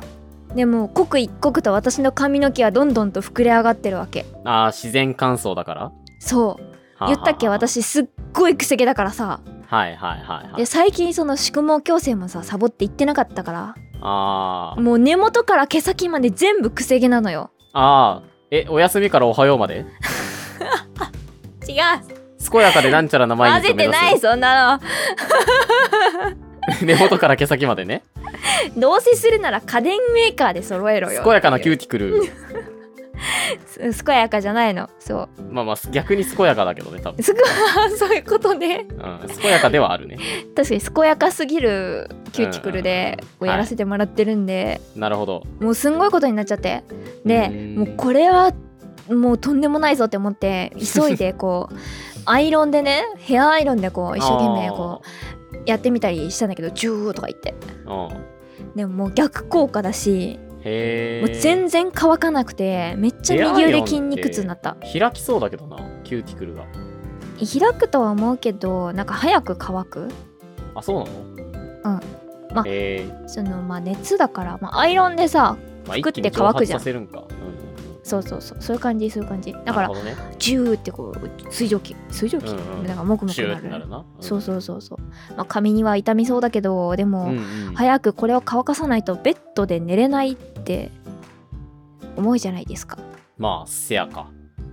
B: でもう刻一刻と私の髪の毛はどんどんと膨れ上がってるわけ
A: ああ、自然乾燥だから。は
B: そう
A: あ
B: 言ったっけ。私すっごいくせ毛だからさ
A: はいはいはいは
B: で
A: い。
B: 最近その宿毛矯正もさサボって行ってなかったから
A: あー
B: もう根元から毛先まで全部くせ毛なのよ
A: あー。え、お休みからおはようまで
B: 違う
A: 健やかでなんちゃらな 毎
B: 混
A: 日
B: ぜ
A: を目
B: て
A: 指す。
B: ないそんなの
A: 根元から毛先までね。
B: どうせするなら家電メーカーで揃え ろよ
A: 健やかなキューティクル。
B: す健やかじゃないのそ
A: まあまあ、逆に健やかだけどね、多分
B: うすごそういうことね
A: うん、健やかではあるね。
B: 確かに健やかすぎるキューティクルで
A: うんうんうん
B: やらせてもらってるんで、
A: なるほど。
B: もうすんごいことになっちゃってで
A: うん
B: もうこれはもうとんでもないぞって思って急い でこうアイロンでねヘアアイロンでこう一生懸命こうやってみたりしたんだけどジューとか言って
A: う。うん。
B: でももう逆効果だし、
A: へえ。
B: もう全然乾かなくてめっちゃ右腕筋肉痛になった
A: 開きそうだけどな、キューティクルが。
B: 開くとは思うけどなんか早く乾く
A: あ、そうなの
B: まあ
A: へえ。
B: そのまあ熱だから、まあ、アイロンでさ
A: まあ、
B: 服っ
A: 一
B: て
A: 気に
B: 乾くじゃん
A: させるんか。うんうん
B: そうそうそうそういう感じそういう感じだか
A: なる
B: ら
A: ほどね。
B: ジューってこう水蒸気水蒸気、
A: うんうん
B: なんかもくもく
A: シューっ
B: な
A: て
B: る
A: なるな。ん
B: そうそうそうそう、まあ、髪には痛みそうだけどでも、
A: うんうん
B: 早くこれを乾かさないとベッドで寝れないって思うじゃないですか
A: まあ、せやか。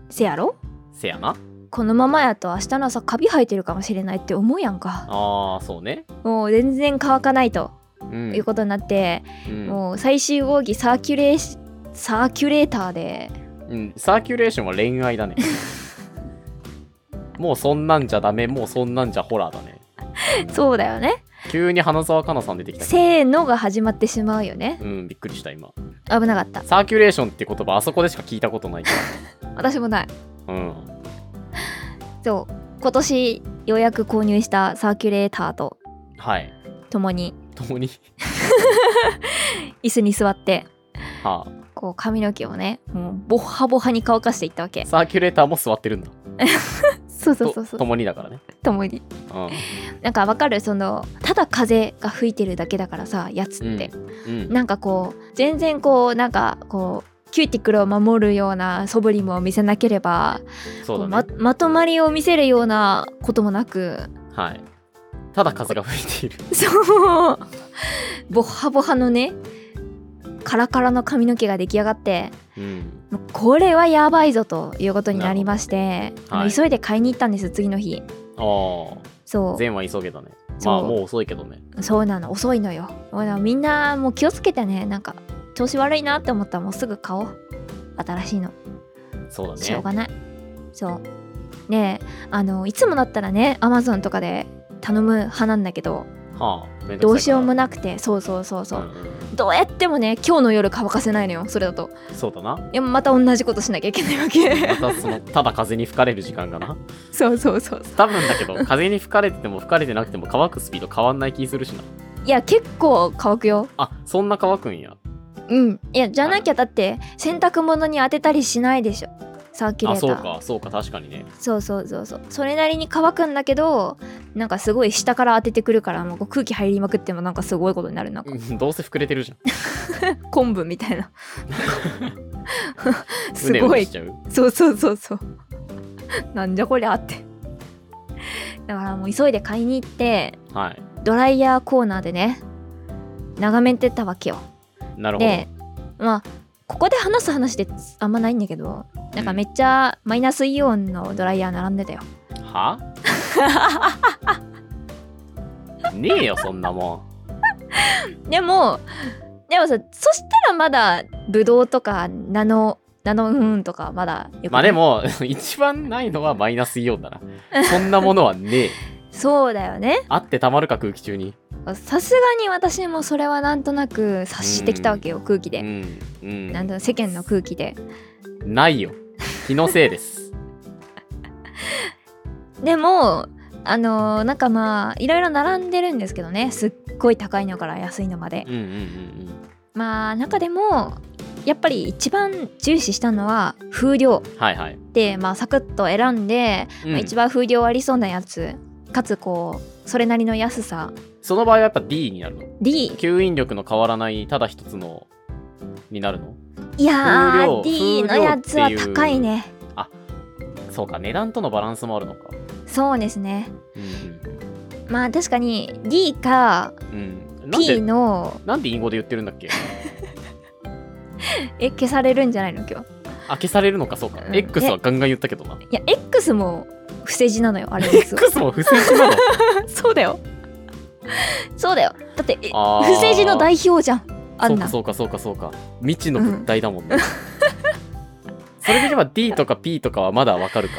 B: せやろ
A: せやな。
B: このままやと明日の朝カビ生えてるかもしれないって思うやんか
A: ああ、そうね。
B: もう全然乾かないと
A: うん
B: いうことになって、
A: うん
B: もう最終奥義サーキュレーシサーキュレーターで
A: うん、サーキュレーションは恋愛 だね。もうそんなんじゃダメ、もうそんなんじゃホラーだね。
B: そうだよね
A: 急に花澤香菜さん出てきた。
B: せーのが始まってしまうよね
A: うん、びっくりした今。
B: 危なかった
A: サーキュレーションって言葉あそこでしか聞いたことないか
B: 私もない
A: ら。うん。
B: そう今年ようやく購入したサーキュレーターと
A: はい。
B: 共に
A: 共に。
B: 椅子に座って
A: は
B: こう髪の毛をねもうボッハボハに乾かしていったわけ
A: あ、サーキュレーターも座ってるんだ。
B: そうそう
A: と
B: そうそう
A: 共にだからね。
B: 共に
A: う
B: なんかわかるそのただ風が吹いてるだけだからさやつって、
A: ん。うん。
B: なんかこう全然こうなんかこうキューティクルを守るような素振りも見せなければ、
A: そ
B: こう
A: うだ
B: ま
A: ね。
B: まとまりを見せるようなこともなく
A: はい。ただ風が吹いている。
B: そうボッハボハのねカラカラの髪の毛が出来上がって
A: うん。
B: もうこれはやばいぞということになりまして、
A: ほど
B: あの
A: はい
B: 急いで買いに行ったんです次の日
A: ああ、
B: そ
A: 善は急げだね。
B: そう
A: まあ、もう遅いけどね。
B: うそうなの遅いのよほらみんなもう気をつけてねなんか調子悪いなって思ったらもうすぐ買おう新しいの
A: そうだね。
B: しょうがない、そうねえあのいつもだったらねアマゾンとかで頼む派なんだけど
A: はあ、めんどく
B: ど
A: さ
B: う
A: い
B: しようも
A: な
B: なくてそうそうそうそう、
A: んうん
B: どうやってもね今日の夜乾かせないのよそれだと
A: そうだな。
B: いやまた同じことしなきゃいけないわ
A: ま
B: け
A: たそのただ風に吹かれる時間がな
B: そうそうそうそ
A: 多分だけ ど風に吹かれてても吹かれてなくても乾くスピード変わんない気するしな
B: ういや結構乾くよ
A: あそんな乾くんや
B: うんいやじゃなきゃだって洗濯物に当てたりしないでしょサーキュ
A: あ
B: レーター
A: そうかそうか確かにね
B: そうそうそうそうそれなりに乾くんだけどなんかすごい下から当ててくるからもうこう空気入りまくってもなんかすごいことになるなんか
A: うんどうせ膨れてるじゃん
B: 昆布み たいなす
A: うねう
B: ご
A: ね
B: い
A: しちゃう
B: そうそうそうそうなんじゃこりゃってだからもう急いで買いに行って
A: はい
B: ドライヤーコーナーでね眺めてたわけよ
A: なるほど、
B: でまあここで話す話であんまないんだけどなんかめっちゃマイナスイオンのドライヤー並んでたよ
A: は ねえよそんなも
B: でもでもさそしたらまだブドウとかナノナノウーンとかまだよくない
A: んまあでも 一番ないのはマイナスイオンだなそんなものはねえ
B: そうだよね
A: あってたまるか空気中に
B: さすがに私もそれはなんとなく察してきたわけよ空気
A: う
B: で、
A: んう
B: なん
A: ん
B: となく世間の空気で
A: ないよ気のせいです
B: でもあのーなんかまあいろいろ並んでるんですけどねすっごい高いのから安いのまで
A: うんうんうん
B: まあ中でもやっぱり一番重視したのは風量
A: うんはいはい、
B: で、まあ、サクッと選んで、
A: うん
B: まあ一番風量ありそうなやつかつこうそれなりの安さ
A: その場合はやっぱ D になるの
B: D
A: 吸引力の変わらないただ一つのになるの
B: いや
A: 風
B: ー
A: 量
B: D の
A: 風量
B: やつは
A: っていう
B: 高いね
A: そうか値段とのバランスもあるのか
B: そうですね
A: うん
B: まあ確かに D か
A: うん、うん、なん
B: P
A: で
B: の
A: なんで隠語で言ってるんだっけ
B: え消されるんじゃないの今日
A: あ消されるのかそうか、
B: うん
A: X はガンガン言ったけどない
B: や X も不正字なのよあれ実は
A: X も不正字 なの
B: そうだよ。そうだよ。だって、え
A: あー
B: 不正字の代表じゃん。あんな。
A: そうかそうかそうかそうか未知の物体だもんね、 それで言えば D とか P とかはまだわかるか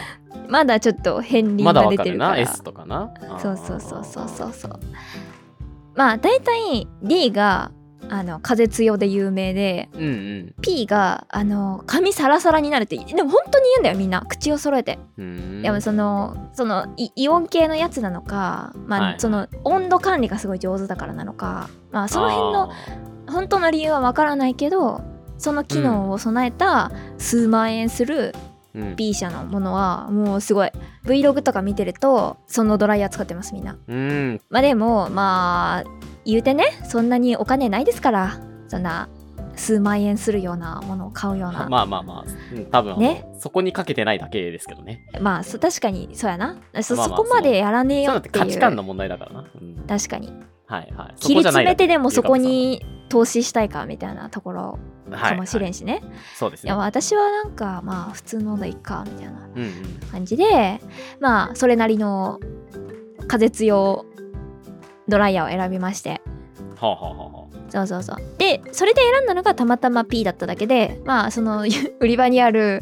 B: まだちょっと片鱗
A: まだ
B: が
A: わ
B: 出
A: か
B: て
A: る
B: るから。
A: な S とかな
B: そうそうそうそうそうそう。まあ、大体 D が、あの、風強で有名で、
A: うんうん
B: P が、あの、髪サラサラになるって、でも本当に言うんだよ、みんな。口を揃えて。
A: うーん
B: でもその、そのイ、イオン系のやつなのか、まあ、
A: はい
B: その、温度管理がすごい上手だからなのか、まあ、その辺の
A: あ
B: 本当の理由はわからないけどその機能を備えた数万円する
A: ーうん
B: B 社のものはもうすごい Vlog とか見てるとそのドライヤー使ってますみんな
A: うん
B: まあでもまあ言うてねそんなにお金ないですからそんな数万円するようなものを買うような
A: まあまあまあ、うん、多分あの、
B: ね
A: そこにかけてないだけですけどね。
B: まあそ確かにそうやなそ,、
A: まあまあ
B: そこまでやらねえ
A: そういうの
B: よっ
A: ってて
B: いう
A: 価値観の問題だからな。うん、はい
B: 確かに
A: はい。
B: 切り詰めてでも
A: そ
B: そ
A: こ
B: こ
A: じゃないだ
B: に投資したいかみたいなところ
A: けはい
B: かもしれんしね、い
A: はいそうですね。
B: やまあ私はなんかまあ普通のでいいかみたいな
A: うんうん。
B: 感じでまあそれなりの風絶用ドライヤーを選びまして
A: はあ、はあはあはあ、
B: そうそうそうでそれで選んだのがたまたま P だっただけでまあその 売り場にある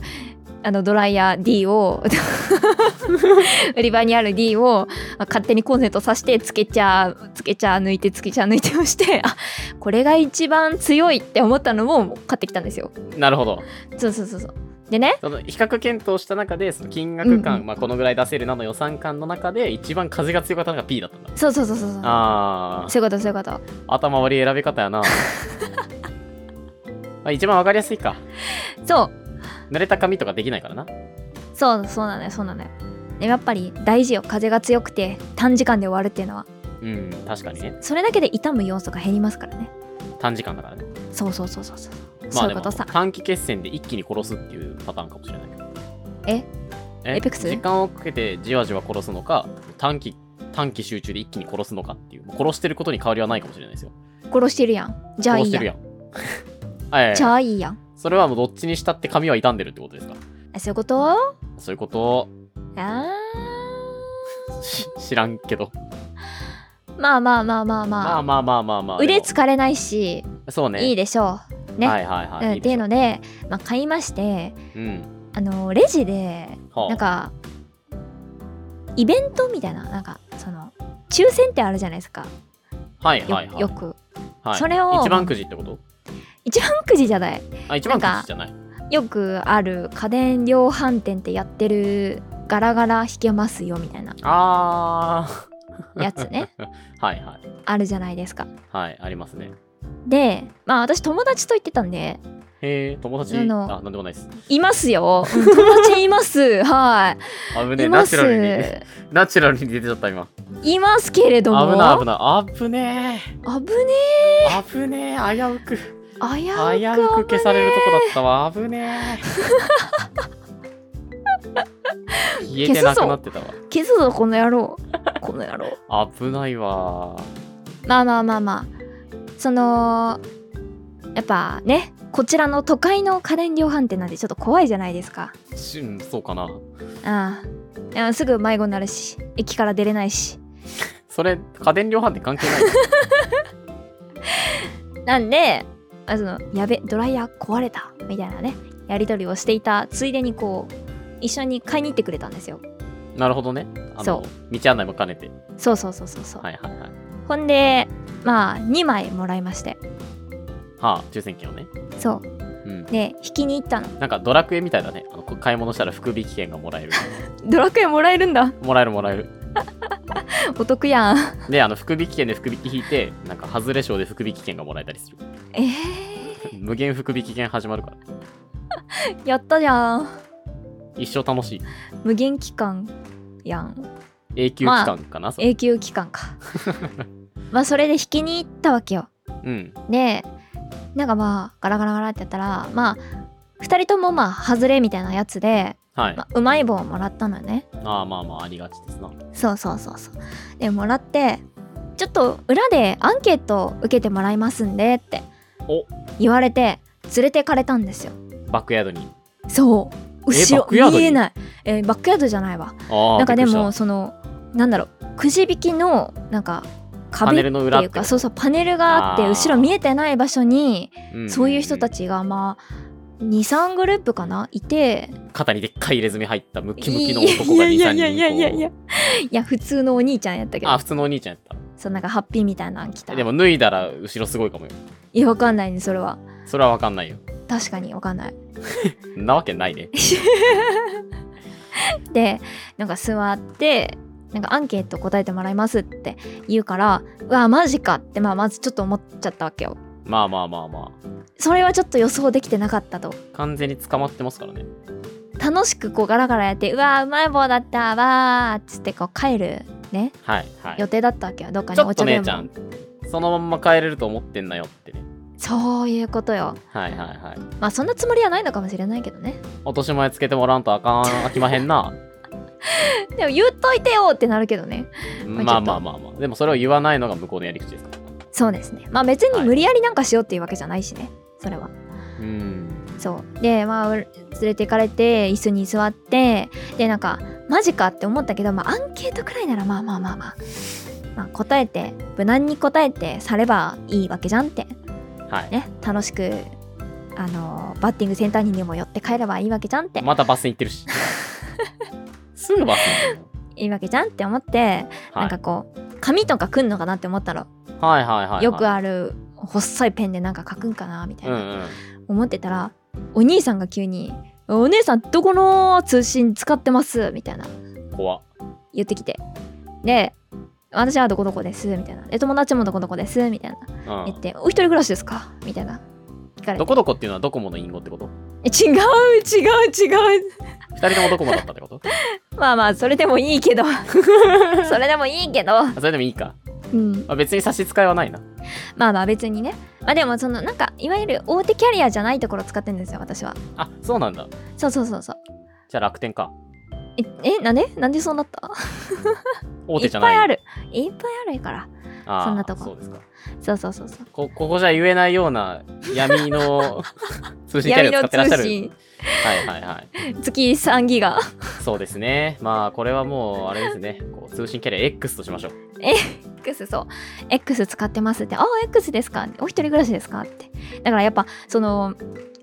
B: あのドライヤー D を 売り場にある D をまあ勝手にコンセントさしてつけちゃつけちゃ抜いてつけちゃ抜いてをしてあこれが一番強いって思ったのも買ってきたんですよ
A: なるほど。
B: そうそうそうそうでね
A: その比較検討した中で、その金額感、
B: うんうん
A: まあ、このぐらい出せるなの予算感の中で、一番風が強かったのが P だったんだ。
B: そうそうそうそうそう
A: あ
B: そういうことそういうこと
A: あ、頭割り選び方 やな。まあ一番わかりやすいか。
B: そう
A: 濡れた髪とかできないからな。
B: そうそうなのよそうなのよでやっぱり大事よ風が強くて短時間で終わるっていうのは
A: うん、確かにね。
B: それだけで傷む要素が減りますからね
A: 短時間だからね。
B: そうそうそうそうそう、
A: ま
B: そ
A: あ
B: う
A: で
B: いうこ
A: も
B: とさ
A: 短期決戦で一気に殺すっていうパターンかもしれないけど。
B: え
A: え
B: エイペックス
A: 時間をかけてじわじわ殺すのか、短期、短期集中で一気に殺すのかっていう、もう殺してることに変わりはないかもしれないですよ。
B: 殺してるやんじゃあい
A: 殺
B: い
A: して
B: や
A: る
B: ん
A: やん。はいはい
B: じゃあいいやん
A: それはもうどっちにしたって髪は傷んでるってことですか
B: あそういうこと
A: そういうこと
B: あ
A: し知らんけど。
B: ーまあまあまあま
A: ま
B: あま
A: あ
B: あ、
A: まあまあまあまあ。
B: 腕
A: で
B: 疲れないし、
A: もそうね。
B: いいでしょうね、
A: はいはいはい。
B: うん、っていう
A: の。
B: ので、まあ、買いまして
A: うん。
B: あのレジで
A: はあ
B: なんかイベントみたいななんかその抽選ってあるじゃないですか
A: はい
B: よ,、
A: はいはい。
B: よく
A: はい
B: それを
A: 一番くじってこと
B: 一番くじじゃない
A: あ、一番く
B: なん
A: じじ
B: か
A: ゃない。
B: よくある家電量販店ってやってるガラガラ引けますよみたいな
A: あ
B: やつね
A: ー。 はいはい。
B: あるじゃないですか
A: はい、ありますね。
B: でまあ私友達と行ってたんで
A: へえ、友達
B: あ
A: あ、
B: の
A: なんでもないです。
B: 「いますよ うん友達いますは
A: 危
B: い
A: ねえ、
B: い
A: ナ
B: ま
A: チ
B: す
A: ュラルに。 ナチュラルに出てちゃった今。
B: いますけれ
A: 危
B: ども
A: ない危ない。危ね
B: 危
A: え。
B: ね
A: 危ねえ。危うく。危う
B: え危うく
A: く消されるとこだったわ。危ねえ。消えてなくなってたわ。
B: 消すぞこの 野郎この野郎
A: 危ないわ。
B: まあまあまあまあそのやっぱねこちらの都会の家電量販店なんてちょっと怖いじゃないですか
A: しうん、そうかな。
B: ああすぐ迷子になるし駅から出れないし
A: それ、家電量販店関係 ない。
B: なんであそのやべドライヤー壊れたみたいなねやり取りをしていたついでにこう一緒に買いに行ってくれたんですよ
A: なるほどね。あの
B: そ
A: 道案内も兼ねて。
B: そうそうそうそうそう、
A: はいはいはい。
B: ほんでまあ2枚もらいまして
A: はあ、抽選券をね。
B: そ
A: うん
B: う。で引きに行ったの
A: なんかドラクエみたいだね。あのこ買い物したら福引券がもら える。
B: ドラクエもらえるんだ
A: もらえるもらえる。
B: お得やん
A: で、あの福引券で福引き引いて、なんか外れ賞で福引券がもらえたり する。
B: え
A: 無限福引券始まるから。
B: ー、やったじゃん
A: 一生楽しい。
B: 無限期間やん
A: 永久期間かな、それ
B: 永久期 間かまあそれで引きに行ったわけよ
A: うん。
B: でなんかまあガラガラガラってやったらまあ2人ともまあ外れみたいなやつで
A: はい。
B: ま
A: あ
B: あうまい棒をもらったのよね
A: あ、まあまあ、ありがちですな。
B: そうそうそうそうでもらってちょっと裏でアンケートを受けてもらいますんでって
A: お
B: 言われて連れてかれたんですよ
A: バックヤードに。
B: そう
A: え
B: 後
A: バックヤー
B: ろ
A: ドに
B: 見えない、えーバックヤードじゃないわ
A: ああ、
B: なんかで
A: びっく
B: も
A: りし
B: そのなんだろうくじ引きのなんか
A: パ
B: 壁
A: ネ
B: って
A: ルの裏っ
B: い
A: て
B: う
A: こと
B: かそうそうパネルがあって
A: あー
B: 後ろ見えてない場所に
A: たん
B: そういう人た
A: ん
B: ちがまあ23グループかないて
A: 肩にでっかい入れ墨入ったム
B: い
A: キムキの男が2、3人こう。
B: いやいやいやいやいやいや普通のお兄ちゃんやったけ
A: あ、
B: ど
A: 普通のお兄ちゃんやった。
B: そうなんかハッピーみたいなの来た
A: でも脱いだら後ろすごいかもよ。
B: いやわかんないねそれは
A: それはわかんないよ。
B: 確かにわかんない
A: なわけない ね。
B: でなんか座ってなんかアンケート答えてもらいますって言うからうわマジかって、まあ、まずちょっと思っちゃったわけよ
A: まあまあまあま
B: それはちょっと予想できてなかったと
A: あ。完全に捕まってますからね。
B: 楽しくこうガラガラやってうわうまい棒だったわーっつってこう帰るね
A: はいはい。
B: 予定だったわけよどっか
A: ち
B: に
A: ょ
B: お
A: っと
B: 茶で
A: 姉
B: も
A: ちゃん、そのまんま帰れると思ってんなよってね。
B: そういうことよ
A: はいはいはい。
B: まあそんなつもりはないのかもしれないけどね
A: 落とし前つけてもらわんとあかん、あきまへん な。
B: でも言っといてよってなるけどね
A: まあまあまあまあ。でもそれを言わないのが向こうのやり口ですから。
B: そうですねまあ別に無理やりなんかしようっていうわけじゃないしねそれは
A: うん。
B: そうでまあ連れてかれて椅子に座ってでなんかマジかって思ったけど、まあ、アンケートくらいならまあまあまあまあ、まあ、答えて無難に答えてさればいいわけじゃんって
A: はい。
B: ね楽しくあのバッティングセンターにでも寄って帰ればいいわけじゃんって
A: またバスに行ってる し。すぐバスに行く
B: いいわけじゃんって思って、
A: は
B: なん
A: い
B: かこう紙とかくんのかなって思ったら、
A: はいはいはいはい。
B: よくある細いペンでなんか書くんかなみたい
A: うん
B: な、
A: うん。
B: 思ってたらお兄さんが急に「お姉さんどこの通信使ってます」みたいな
A: 怖っ
B: 言ってきてで「私はどこどこです」みたいな「で友達もどこどこです」みたいな
A: う
B: 言
A: ん
B: っ。て「お一人暮らしですか?」みたいな聞かれ
A: ど
B: て
A: こどこっていうのはドコモの隠語ってこと
B: 「え違う違う違う」
A: 二人ともドコモだったってこと
B: まあまあそれでもい いけどそれでもいいけど、
A: あそれでもいいか。
B: うん、
A: まあ、別に差し支えはないな。
B: まあまあ別にねまあでもそのなんかいわゆる大手キャリアじゃないところ使ってるんですよ私は
A: あそうなんだ。
B: そうそうそうそう
A: じゃあ楽天か。
B: ええなんでなんでそうなった
A: 大手じゃ
B: い
A: ない。
B: っぱいあるいっぱいあるから
A: あー
B: そんなとこ
A: そうですか。
B: そうそうそうそう
A: こここじゃ言えないような闇 の通信キャリアを使ってらっしゃる。はいはいはい。
B: 月3ギガ
A: そうですね。まあこれはもうあれですね。こう通信キャリア X としましょう。
B: X そう X 使ってますってああ X ですかお一人暮らしですかってだからやっぱその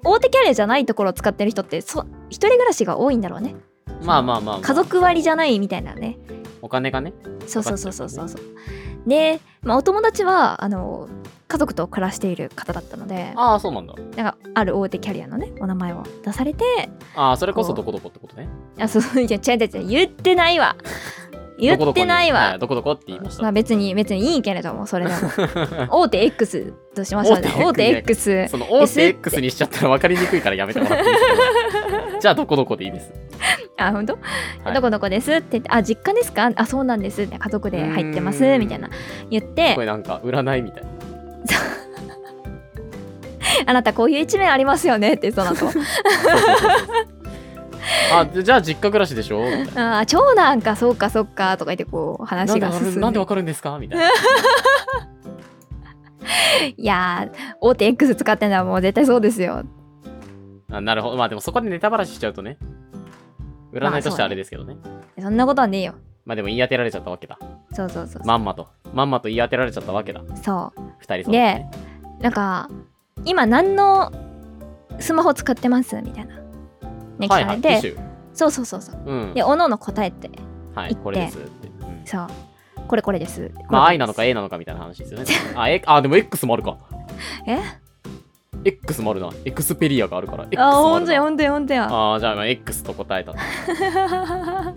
B: 大手キャリアじゃないところを使ってる人ってそ一人暮らしが多いんだろうね
A: まあまあまあ、まあ、
B: 家族割じゃないみたいなね
A: お金がね。
B: そうそうそうそうそうそうで、まあ、お友達はあの家族と暮らしている方だったので
A: ああそうなんだ。
B: なんかある大手キャリアのねお名前を出されて
A: ああそれこそ
B: こ
A: ど
B: う
A: こどこってことね。
B: あそういや違う違う違う言ってないわ言ってないわ
A: どこどこにはどこどこって言いました。
B: まあ別に別にいいけれども それでも大手 X としましょうね
A: 大
B: 大
A: 手
B: 手 X
A: その大
B: S
A: 手 X にしちゃったら分かりにくいからやめてもらっていいですか じゃあどこどこでいいです。
B: あ本当、
A: はい
B: どこどこですって言ってあ実家ですかあそうなんです家族で入ってます
A: うーん
B: みたいな言って
A: これなんか占いみたいな。
B: あなたこういう一面ありますよねってその 後
A: そうそうそうそうあじゃあ実家暮らしでしょみたいな
B: あー長男かそうかそうかとか言ってこう
A: なん
B: 話
A: で
B: が
A: わか
B: 進
A: る
B: んで
A: なんでわかるんですかみたいな。
B: いやー大手 X 使ってんだもう絶対そうですよ
A: あなるほど。まあでもそこでネタバラシしちゃうとね。占いとしてはあれですけどね。まあ、
B: そんなことはねえよ
A: でも言い当てられちゃったわけだ。
B: そうそうそう、
A: まんまと。まんまと言い当てられちゃったわけだ。
B: そ
A: 二人そうだね。
B: うなんか今何のスマホ使ってますみたいなね聞
A: はい
B: か
A: はい。
B: れ
A: テ
B: て、
A: ィッシュ。
B: そうそうそうそう
A: うん
B: で。おのおの答えて
A: はい、
B: 行って
A: これですって。うん
B: そうこれこれです
A: まあ、
B: こ
A: I
B: れ
A: なの
B: これです
A: か A なのかみたいな話ですよね。あ、えあでも X もあるか。
B: え
A: ?X もあるな。エクスペリアがあるから。X
B: あ
A: もあ
B: 本
A: る
B: 当や
A: な
B: 本当や本当や
A: あーじゃあまあ X と答えた。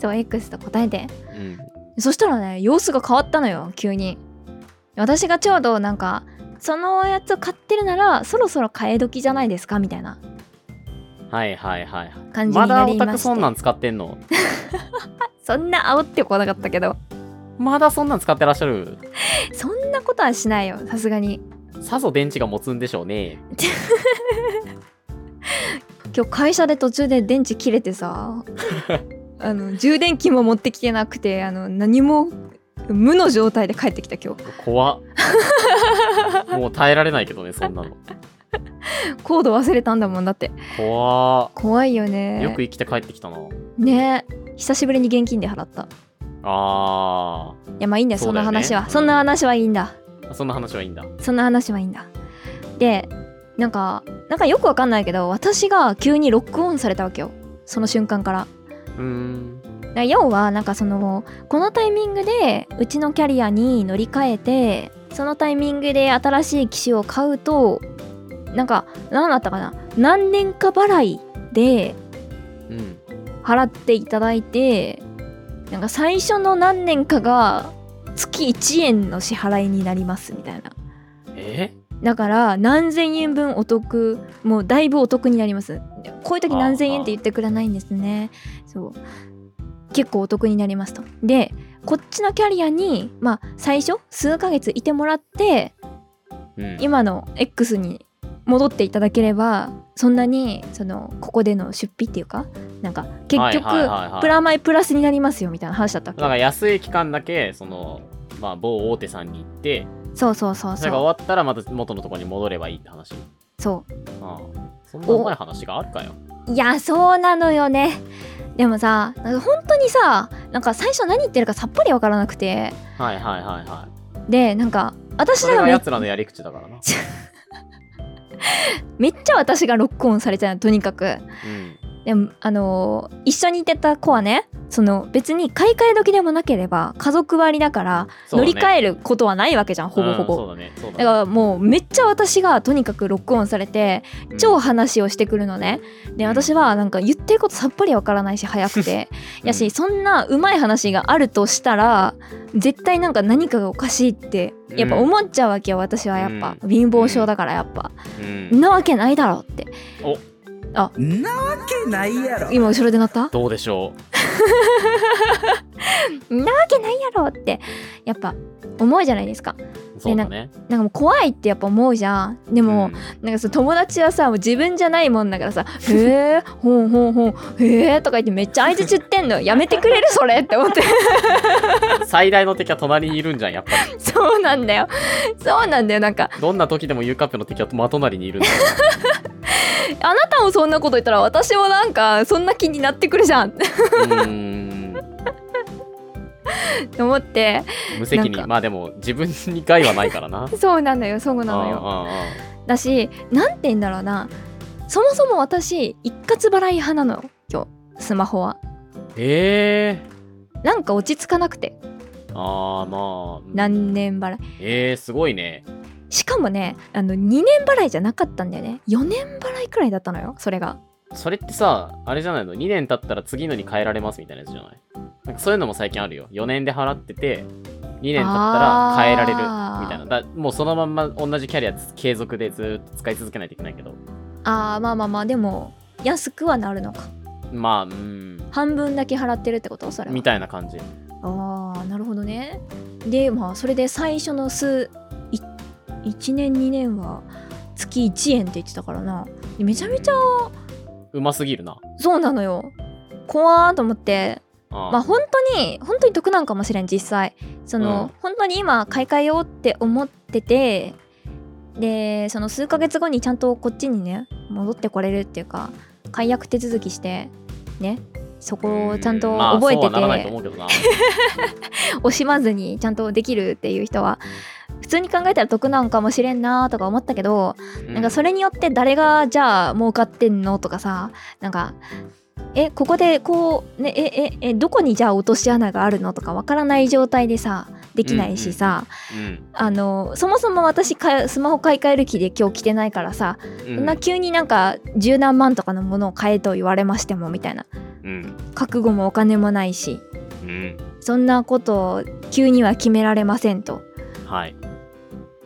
B: そう X と答えて
A: うん。
B: そしたらね様子が変わったのよ急に私がちょうどなんかそのやつを買ってるならそろそろ買い時じゃないですかみたいな
A: はいはいはいはい。
B: 感じ
A: ま
B: に
A: だ
B: な
A: オ
B: り
A: タ
B: ま
A: ク
B: して
A: そんなん使ってんの
B: そんな煽ってこなかったけど
A: まだそんなん使ってらっしゃる
B: そんなことはしないよさすがに
A: さぞ電池が持つんでしょうね。
B: 今日会社で途中で電池切れ てさあの充電器も持ってきてなくてあの何も無の状態で帰ってきた今日
A: 怖っもう耐えられないけどねそんなの
B: コード忘れたんだもんだって
A: 怖っ
B: 怖いよね
A: よく生きて帰ってきたな
B: ね久しぶりに現金で払ったい
A: あ
B: やまあいいんだよそ
A: そうだ
B: んな
A: よね
B: 話はそんな話はいいんだ
A: ーそんな話はいいんだ
B: そんな話はいいんだでなんかなんかよくわかんないけど私が急にロックオンされたわけよその瞬間から
A: うーん
B: だから要はなんかそのこのタイミングでうちのキャリアに乗り換えてそのタイミングで新しい機種を買うとなんか何だったかな何年か払いで
A: うん
B: 払っていただいてなんか最初の何年かが月1円の支払いになりますみたいな
A: え
B: だから何千円分お得もうだいぶお得になりますこういう時何千円って言ってくれないんですねそう結構お得になりますとでこっちのキャリアにまあ最初数ヶ月いてもらって
A: うん、
B: 今の X に戻っていただければそんなにそのここでの出費っていうかなんか結
A: はい
B: 局
A: はいはいはい
B: プラマイプラスになりますよみたいな話だったっけ、
A: なんか安い期間だけその、まあ、某大手さんに行って
B: そうそうそう
A: それが
B: そう
A: 終わったらまた元のところに戻ればいいって話
B: そ
A: ああそんなうまい話があるかよ
B: ういやそうなのよねでもさなんか本当にさなんか最初何言ってるかさっぱりわからなくて
A: はいはいはいはい
B: でなんか私
A: そ
B: だ
A: れ
B: か
A: が
B: ら
A: や
B: め
A: つらのやり口だからな
B: めっちゃ私がロックオンされてたのとにかく
A: うん
B: でもあのー一緒にいてた子はねその別に買い替え時でもなければ家族割だから
A: そう
B: 乗
A: だね
B: り換えることはないわけじゃん、ほぼほぼ、
A: うんそうだねそうだ
B: だ
A: ね
B: からもうめっちゃ私がとにかくロックオンされて
A: うん
B: 超話をしてくるのね、で
A: うん
B: 私はなんか言ってることさっぱりわからないし早くて
A: うん
B: やしそんなうまい話があるとしたら絶対なんか何かがおかしいってやっぱ思っちゃうわけよ私はやっぱ、貧乏症だからやっぱ、
A: うん
B: なわけないだろうって
D: んなわけないやろ
B: 今後ろで鳴った
A: どうでしょ
B: んなわけないやろってやっぱ思うじゃないですか
A: うそうだね
B: なんかもう怖いってやっぱ思うじゃんでも、なんかその友達はさもう自分じゃないもんだからさ「へえほんほんほんへえ」とか言ってめっちゃ相槌打ってんのやめてくれるそれって思って
A: うん最大の敵は隣にいるんじゃんやっぱり
B: そうなんだよそうなんだよなんか
A: どんな時でもユーカップの敵は真隣にいるんだよ
B: あなたもそんなこと言ったら私もなんかそんな気になってくるじゃん って
A: うーん
B: 思って
A: 無責
B: なん
A: 任
B: か
A: まあでも自分に害はないからな
B: そうなんだよそうなのよ
A: あああああ
B: だしなんて言うんだろうなそもそも私一括払い派なの今日スマホは
A: あええ
B: なんか落ち着かなくて
A: ああまあうん
B: 何年払い
A: えー、すごいね
B: しかもねあの2年払いじゃなかったんだよね4年払いくらいだったのよそれが
A: それってさあれじゃないの2年経ったら次のに変えられますみたいなやつじゃないなんかそういうのも最近あるよ4年で払ってて2年経ったら変えられる
B: あー
A: みたいなだもうそのまんま同じキャリアつ継続でずーっと使い続けないといけないけど
B: あーまあまあまあでも安くはなるのか
A: まあうん
B: 半分だけ払ってるってことそれは
A: みたいな感じ
B: ああなるほどねでまあそれで最初の数1年2年は月1円って言ってたからなでめちゃめちゃ
A: うますぎるな
B: そうなのよ怖ーと思って
A: あー
B: まあ本当に本当に得なんかもしれん実際そ
A: う
B: の、
A: ん
B: 本当に今買い替えようって思っててでその数ヶ月後にちゃんとこっちにね戻ってこれるっていうか解約手続きしてねそこをちゃんと
A: まあ
B: 覚えて
A: そうはならない
B: て、
A: と思うけ どな
B: 惜しまずにちゃんとできるっていう人は普通に考えたら得なんかもしれんなとか思ったけど、なんかそ
A: れ
B: れによって誰がじゃあ儲かってんのとかさなんかえここでこうねえええどこにじゃあ落とし穴があるのとかわからない状態でさできないしさ、
A: うん
B: あのそもそも私かスマホ買い替える気で今日来てないからさ、
A: う
B: そんな急になんか十何万とかのものを買えと言われましてもみたいな
A: うん
B: 覚悟もお金もないし
A: うん
B: そんなことを急には決められませんと
A: はい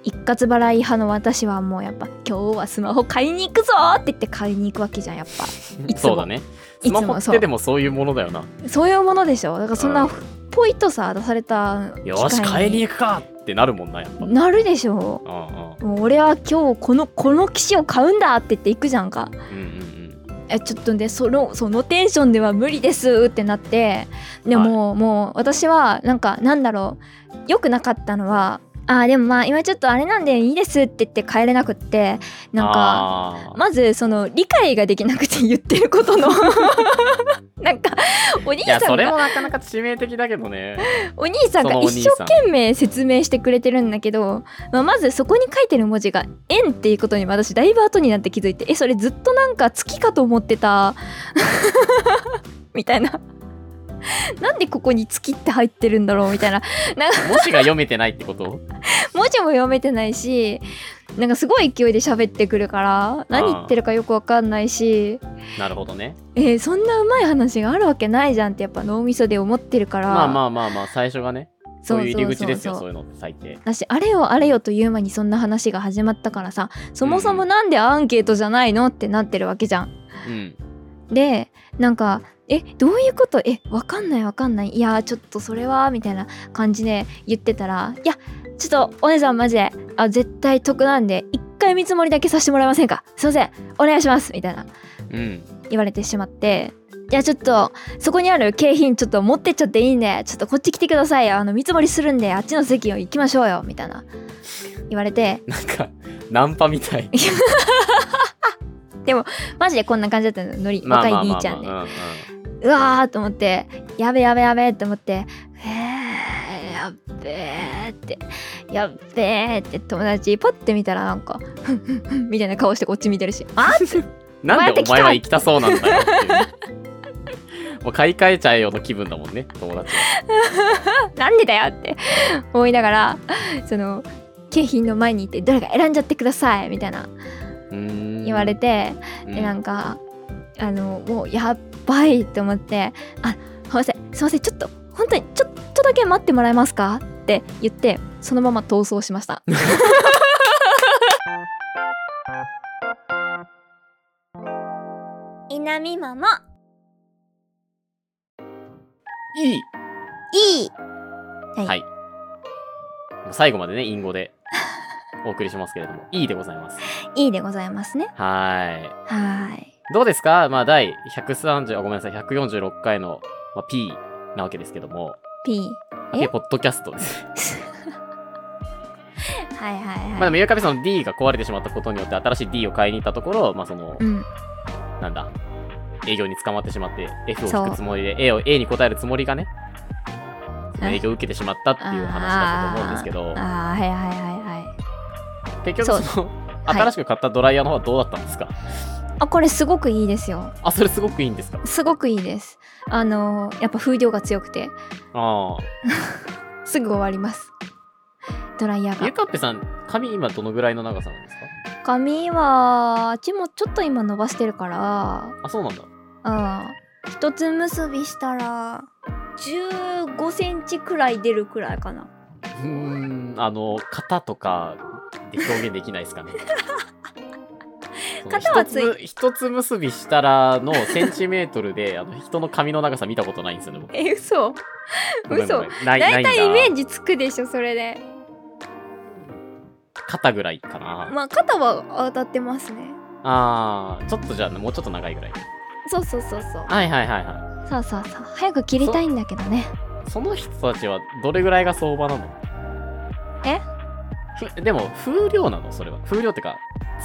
B: 一括払い派の私はもうやっぱ今日はスマホ買いに行くぞって言って買いに行くわけじゃんやっぱいつも
A: そうだねスマホっ
B: いつもそう
A: てでもそういうものだよな
B: そういうものでしょだからそん
A: う
B: なんポイとさ出された機会に
A: よし買いに行くかってなるもんなやっぱ
B: なるでしょ
A: うん
B: もう俺は今日このこの機種を買うんだって言って行くじゃんか
A: うんうん
B: えちょっとねそのそのテンションでは無理ですってなってでも、もう私はなんかなんだろう良くなかったのはあーでもまあ今ちょっとあれなんでいいですって言って帰れなくって
A: うん
B: なんか
A: か
B: まずその理解ができなくて言ってること のなんかお兄
A: いや
B: さ
A: そ
B: ん
A: れも
B: が
A: なかなか致命的だけどね
B: お兄さん
A: そ
B: が
A: のお兄
B: 一
A: さん
B: 生懸命説明してくれてるんだけど、まあ、まずそこに書いてる文字が「円」っていうことに私だいぶ後になって気づいてえそれずっとなんか月かと思ってた みたいな。なんでここに月って入ってるんだろうみたいな
A: 文字が読めてないってこと
B: 文字も読めてないしなんかすごい勢いで喋ってくるから何言ってるかよくわかんないし
A: なるほどね
B: えーそんなうまい話があるわけないじゃんってやっぱ脳みそで思ってるから
A: まあまあまあまあ最初がねそういう入り口ですよそ
B: そうそう
A: い
B: う
A: うのって最低
B: だしあれよあれよという間にそんな話が始まったからさそもそもなんでアンケートじゃないのってなってるわけじゃん。
A: うん
B: でなんかえどういうことえわかんないわかんないいやーちょっとそれはみたいな感じで言ってたらいやちょっとお姉さんマジであ絶対得なんで一回見積もりだけさせてもらえませんかすいませんお願いしますみたいな
A: うん。
B: 言われてしまってじゃあちょっとそこにある景品ちょっと持ってっちゃっていいんでちょっとこっち来てくださいよあの見積もりするんであっちの席を行きましょうよみたいな言われて
A: なんか、ナンパみ たい。
B: マジでこんな感じだったののり若い兄ちゃんで
A: まあまあまあまあうん
B: うわーと思ってやべやべやべって思ってえー、やっべーってやっべーって友達パッて見たらなんか ふんふんふんみたいな顔してこっち見てるしあ
A: うんなんでお前は行きたそうなんだよって いう。もう買い替えちゃえよの気分だもんね、友達は。
B: なんでだよって思いながらその景品の前に行ってどれか選んじゃってくださいみたいな言
A: 言
B: われて、
A: う
B: でなん
A: か、
B: かあのもうやっばいって思って「あすいませんすいませんちょっと本当にちょっとだけ待ってもらえますか?」って言ってそのまま逃走しま した。
C: いなみまも
A: いい
C: いい
B: はい
A: はい。最後までね、隠語 でお送りしますけれども、いいでございます。
B: いいでございますね。
A: は
B: はーい。
A: い。どうですかまあ、第130、あごめんなさい、146回の、まあ、P なわけですけども、
B: P。え
A: P ポッドキャストです。
B: はいはいはい。
A: まあ、でも、ゆうかみさんの D が壊れてしまったことによって、新しい D を買いに行ったところ、まあ、その
B: う、ん。
A: なんだ、営業に捕まってしまって、F を
B: そう
A: 吹くつもりで、A を A に答えるつもりがね、その
B: え
A: 影響を受けてしまったっていう話だったと思うんですけど、
B: ああ、はいはいはいはい。
A: 結
B: そう
A: 局その、
B: はい
A: 新しく買ったドライヤーの方はどうだったんですか
B: あ、これすごくいいですよ。
A: あ、それすごくいいんですか
B: すごくいいです。あのーやっぱ風量が強くて、
A: あ
B: すぐ終わります。ドライ
A: あ。
B: ヤ
A: ゆ
B: ーが。
A: かっぺさん、髪今どのぐらいの長さなんですか
B: 髪は、うちもちょっと今伸ばしてるから、
A: あ、そうなんだ。
B: うん。
C: 一つ結びしたら15センチくらい出るくらいかな
A: うーん、あの、型とかで表現できないです かね。その
C: 型はつい
A: 一つ一つ結びしたらのセンチメートルであの人の髪の長さ見たことないんですよね 僕
C: え嘘
A: ごめんご
C: 嘘
A: めんないな
C: 大
A: いんだ
C: 体イメージつくでしょそれで
A: 肩ぐらいかな、
C: まあ肩は当たってますね
A: あーちょっとじゃあもうちょっと長いぐらい
C: そうそうそうそう
A: はいはいはいは
B: そうそうそう。早く切りたいんだけどね。
A: いその人たちはどれぐらいが相場なの
B: え
A: ふでも風量なのそれは風量ってか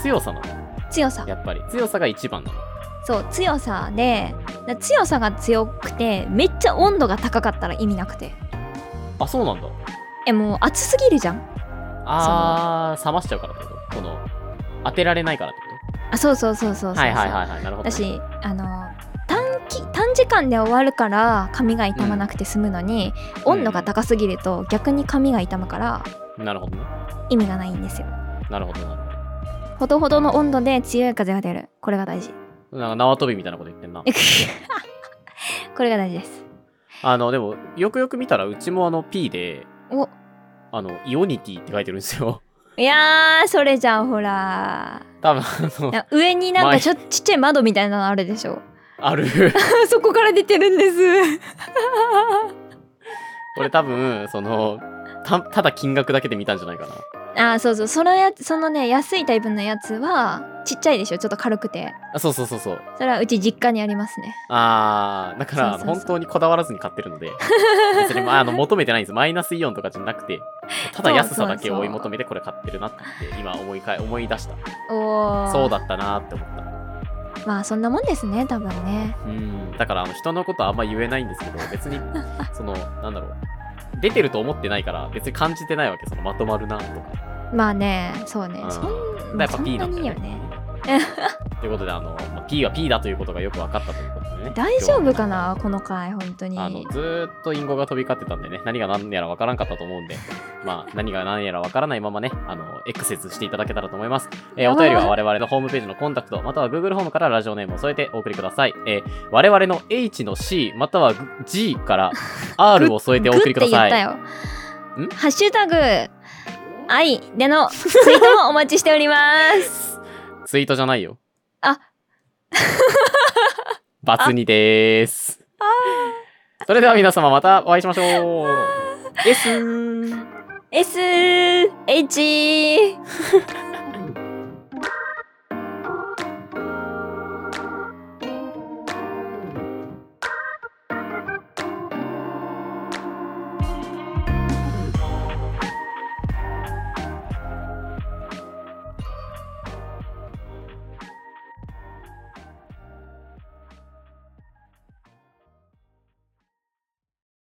A: 強さなの
B: 強さ。
A: やっぱり強さが一番なの
B: そう、強さで、だ強さが強くて、めっちゃ温度が高かったら意味なくて。
A: あそうなんだ
B: え、もう暑すぎるじゃん。
A: あー冷ましちゃうからってことこの当てられないからってこ
B: あそうそうそうそうそう
A: と
B: そう
A: はいはいはいはいなるほど、ね、
B: 私あの短期短時間で終わるから髪が傷まなくて済むのに、
A: うん
B: 温度が高すぎると逆に髪が傷むから
A: なるほどね
B: 意味がないんですよ
A: なるほどなるほ
B: ほどほどの温度で強い風が出るこれが大事
A: どなんか縄跳びみたいなこと言ってんな
B: これが大事です
A: あのでもよくよく見たらうちもあの P で
B: お
A: あのイオニティって書いてるんですよ
B: いやーそれじゃんほら
A: 多分あの
B: な上になんかちょちっちゃい窓みたいなのあるでしょ
A: ある
B: そこから出てるんです
A: これ多分そのたただ金額だけで見たんじゃないかな
B: あーそうそうそのやつそのね安いタイプのやつはちっちゃいでしょちょっと軽くて
A: あそうそうそうそう
B: それはうち実家にありますね
A: あーだからあの
B: そうそうそう
A: 本当にこだわらずに買ってるの で別にまああの求めてないんですマイナスイオンとかじゃなくてただ安さだけを追い求めてこれ買ってるなって今思いか思い出した
B: おお
A: そうだったなって思った
B: まあそんなもんですね多分ね
A: うんだからあの人のことはあんま言えないんですけど別 にそのなんだろう出てると思ってないから別に感じてないわけそのまとまるなとか
B: まあねそうね
A: うん
B: そん
A: だからやっぱ P な
B: そ
A: んんだ
B: なにいいよ
A: よ
B: ね
A: ね ということであの、まあ、P は P だということがよく分かったということでね
B: 大丈夫かなこの回本当に
A: あのずーっと隠語が飛び交ってたんでね、何が何やら分からんかったと思うんで、 まあ、何が何やら分からないままね、あの、エクセスしていただけたらと思います。えーお便りは我々のホームページのコンタクト、または Google ホームからラジオネームを添えてお送りください。えー我々の H の C、または G から R を添えてお送りください。
B: グッて言ったよ
A: ん
B: ハッシュタグ愛でのツイートもお待ちしております
A: ツイートじゃないよ。
B: あ
A: バツにでーす。それでは皆様またお会いしましょう。ですー。
B: S H